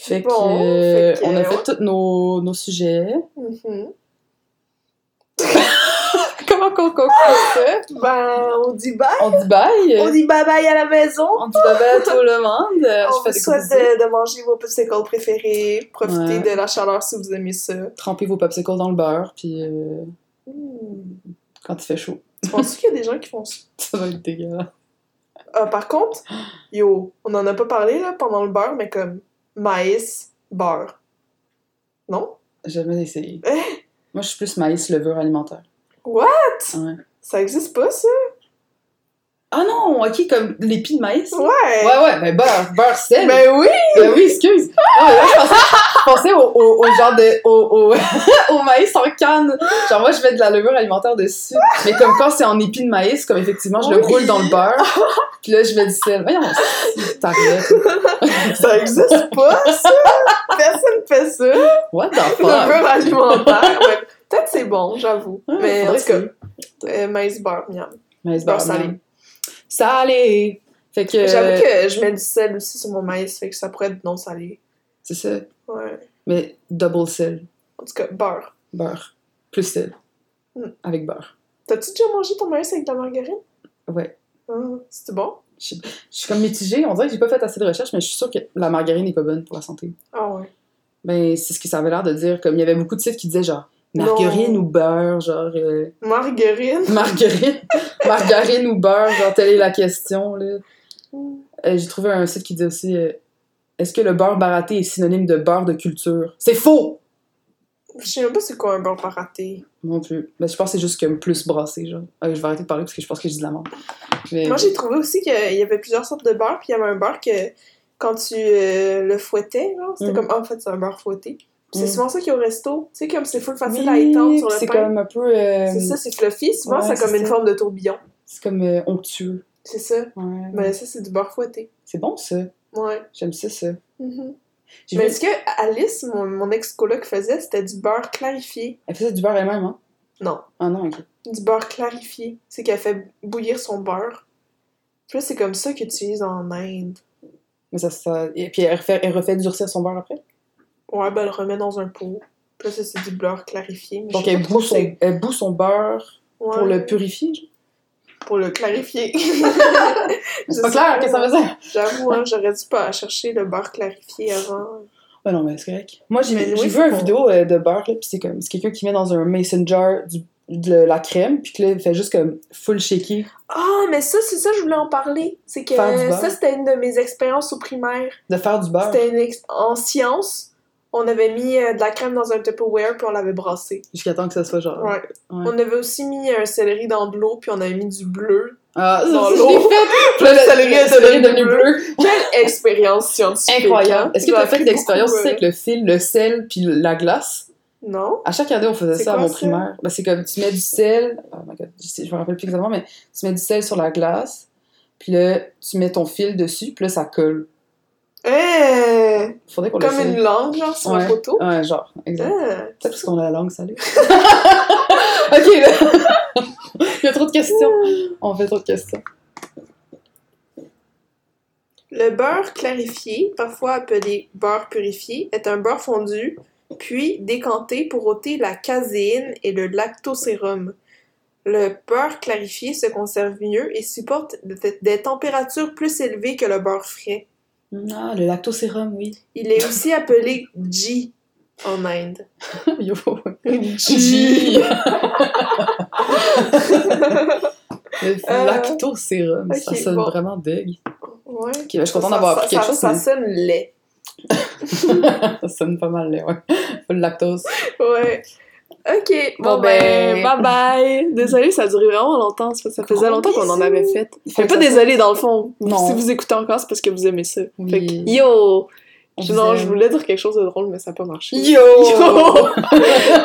A: Fait que,
C: Bon,
A: euh,
C: fait que,
A: on a fait
C: ouais.
A: tous nos, nos sujets.
C: Mhm.
A: Comment qu'on conclut ça?
C: Ben, on dit bye.
A: On dit bye.
C: On dit bye bye à la maison.
A: On dit bye bye à tout le monde.
C: on vous
A: des gros
C: souhaite
A: bisous.
C: de, de manger vos popsicles préférés. Profitez
A: Ouais.
C: de la chaleur si vous aimez ça.
A: Trempez vos popsicles dans le beurre, puis euh,
C: Hmm.
A: quand il fait chaud,
C: Tu penses qu'il y a des gens qui font ça?
A: ça va être dégueulasse.
C: Ah, par contre, yo, on en a pas parlé là pendant le beurre, mais comme maïs, beurre. Non?
A: J'ai Jamais essayé. Moi, je suis plus maïs levure alimentaire.
C: What?
A: Ouais.
C: Ça existe pas, ça?
A: Ah non, ok, comme l'épi de maïs?
C: Ouais!
A: Ouais, ouais, ben beurre, beurre sel. Ben,
C: Ben oui!
A: oui, excuse. Non, mais moi, je pensais, je pensais au, au- au genre de. Au, au- au maïs en canne. Genre, moi, je mets de la levure alimentaire dessus. Mais comme quand c'est en épi de maïs, comme effectivement, je le
C: Oui.
A: roule dans le beurre. Puis là, je mets du sel. Voyons, t'arrêtes.
C: Ça existe pas, ça! Personne fait ça! Le
A: What the fuck?
C: beurre alimentaire! Ouais. Peut-être c'est bon, j'avoue.
A: Ouais,
C: mais en
A: faudrait
C: tout cas,
A: essayer.
C: euh, maïs, beurre, miam.
A: Maïs
C: Beurre
A: beurre
C: salé.
A: miam. Salé! Fait que.
C: J'avoue que je mets du sel aussi sur mon maïs, fait que ça pourrait être non salé.
A: C'est ça.
C: Ouais.
A: Mais double sel.
C: En tout cas, beurre.
A: Beurre. Plus sel.
C: Mm.
A: Avec beurre.
C: T'as-tu déjà mangé ton maïs avec de la margarine?
A: Ouais.
C: Hum, C'était bon?
A: Je suis comme mitigée. On dirait que j'ai pas fait assez de recherches, mais je suis sûre que la margarine n'est pas bonne pour la santé.
C: Ah ouais.
A: Ben, c'est ce que ça avait l'air de dire. Comme il y avait beaucoup de sites qui disaient genre margarine
C: Non.
A: ou beurre, genre euh,
C: Margarine?
A: margarine, margarine ou beurre, genre telle est la question. là.
C: Mm.
A: Euh, j'ai trouvé un site qui disait aussi euh, est-ce que le beurre baraté est synonyme de beurre de culture C'est faux
C: Je sais même pas c'est quoi un beurre paraté.
A: Non plus. Ben, je pense que c'est juste comme plus brassé, genre. Euh, je vais arrêter de parler parce que je pense que je dis de la merde. Mais... hmm.
C: Moi, j'ai trouvé aussi qu'il y avait plusieurs sortes de beurre, puis il y avait un beurre que quand tu euh, le fouettais, genre, c'était
A: Mhm.
C: comme, ah, en fait, c'est un beurre fouetté. Puis C'est
A: Mhm.
C: souvent ça qu'il y a au resto. Tu sais, comme c'est full facile
A: Oui,
C: à étendre sur le
A: C'est
C: pain.
A: comme un peu. euh,
C: C'est ça, c'est fluffy. Souvent,
A: Ouais,
C: c'est comme
A: c'est
C: une
A: ça. Mm.
C: forme de tourbillon.
A: C'est comme euh, onctueux.
C: C'est ça.
A: Ouais.
C: Mais ça, c'est du beurre fouetté.
A: C'est bon, ça.
C: Ouais.
A: J'aime ça, ça. Mm-hmm.
C: Mhm.
A: J'ai
C: Mais
A: vu-
C: est-ce que Alice, mon, mon ex-coloc, faisait, c'était du beurre clarifié?
A: Elle faisait du beurre elle-même, hein?
C: Non.
A: Ah non, ok.
C: Du beurre clarifié. C'est qu'elle fait bouillir son beurre. Puis là, c'est comme ça que tu utilises en Inde.
A: Mais ça, ça... Et puis elle refait, elle refait durcir son beurre après.
C: Ouais, ben, elle le remet dans un pot. Puis là, ça, c'est du beurre clarifié. mais je
A: Donc
C: sais
A: elle
C: pas trop
A: bout,
C: c'est
A: son... elle bout son beurre pour
C: Ouais.
A: le purifier, genre.
C: pour le clarifier.
A: C'est pas clair, qu'est-ce que ça veut dire?
C: J'avoue, hein, j'aurais dû pas chercher le beurre clarifié avant.
A: Ben non, mais c'est correct. Moi, j'ai
C: Mais
A: j'ai
C: oui,
A: vu une
C: c'est
A: vidéo euh, de beurre, là, pis c'est comme, c'est quelqu'un qui met dans un mason jar du- de la crème, puis que là, il fait juste comme full shaky.
C: Ah, mais ça, c'est ça, je voulais en parler. C'est que
A: Faire du beurre. Ah.
C: ça, c'était une de mes expériences au primaire.
A: De faire du beurre
C: C'était une ex- en sciences. On avait mis euh, de la crème dans un Tupperware puis on l'avait brassé.
A: jusqu'à temps que ça soit genre.
C: Ouais. On avait aussi mis un céleri dans de l'eau puis on avait mis du bleu.
A: Ah,
C: Dans
A: ça, je
C: l'eau.
A: l'ai fait! Puis là, le céleri le céleri est devenu bleu.
C: Quelle expérience scientifique! hein?
A: Incroyable. Est-ce que
C: J'ai
A: t'as fait
C: appris
A: une expérience
C: beaucoup,
A: aussi avec le fil, le sel, puis la glace?
C: euh, Non?
A: À chaque année, on faisait
C: C'est
A: ça à
C: quoi,
A: mon
C: ça?
A: primaire. Ben, c'est comme, tu mets du sel, oh my god, je, sais- je me rappelle plus exactement, mais tu mets du sel sur la glace, puis là, tu mets ton fil dessus, puis là, ça colle.
C: Euh,
A: Faudrait qu'on le
C: comme
A: fasse.
C: une langue, genre, sur la
A: Ouais.
C: photo.
A: Ouais, genre, exact.
C: Ah.
A: Peut-être parce qu'on a la langue salée. ok, là. Il y a trop de questions.
C: Ah.
A: On fait trop de questions.
C: Le beurre clarifié, parfois appelé beurre purifié, est un beurre fondu, puis décanté pour ôter la caséine et le lactosérum. Le beurre clarifié se conserve mieux et supporte de- des températures plus élevées que le beurre frais.
A: Ah, le lactosérum, oui.
C: Il est aussi appelé ghee en Inde.
A: Yo.
C: Ghee!
A: Le
C: Euh,
A: lactosérum, ça
C: ok,
A: sonne
C: bon.
A: vraiment deg.
C: ouais.
A: Ok, ben, je suis contente d'avoir appris quelque
C: Ça-
A: chose.
C: Ça, ça sonne laid.
A: mais Ça sonne pas mal, là, ouais. Pas le lactose.
C: Ouais. Ok, bon,
A: Bon,
C: ben,
A: ben,
C: bye bye. Désolée, ça a duré vraiment longtemps. c'est parce que Ça faisait
A: Gros
C: longtemps qu'on en
A: bisous.
C: avait fait.
A: Fait
C: Mais
A: que
C: pas
A: ça-
C: désolée, dans le fond.
A: Non.
C: Si vous écoutez encore, c'est parce que vous aimez ça.
A: Oui.
C: Fait que, yo!
A: On
C: Je- non,
A: vous
C: je
A: aime.
C: voulais dire quelque chose de drôle, mais ça n'a pas marché.
A: Yo!
C: Yo!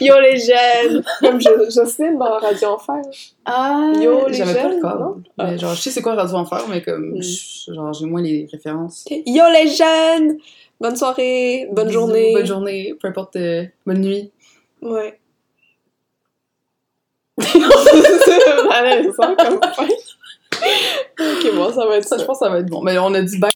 C: Yo, les jeunes! Comme Jo- Jocelyne dans Radio Enfer.
A: Ah,
C: Yo, les
A: J'avais pas le
C: jeunes,
A: corps.
C: non? Ah.
A: Mais genre, je sais c'est quoi Radio Enfer, mais comme,
C: Mm.
A: je- genre, j'ai moins les références.
C: Yo, les jeunes! Bonne soirée, bonne
A: Bisous,
C: journée.
A: Bonne journée, peu importe. euh, bonne nuit.
C: Ouais. c'est malaisant comme fin. ok, bon, ça va être
A: Ça,
C: ça.
A: je pense que ça va être bon. Mais on a dit bye.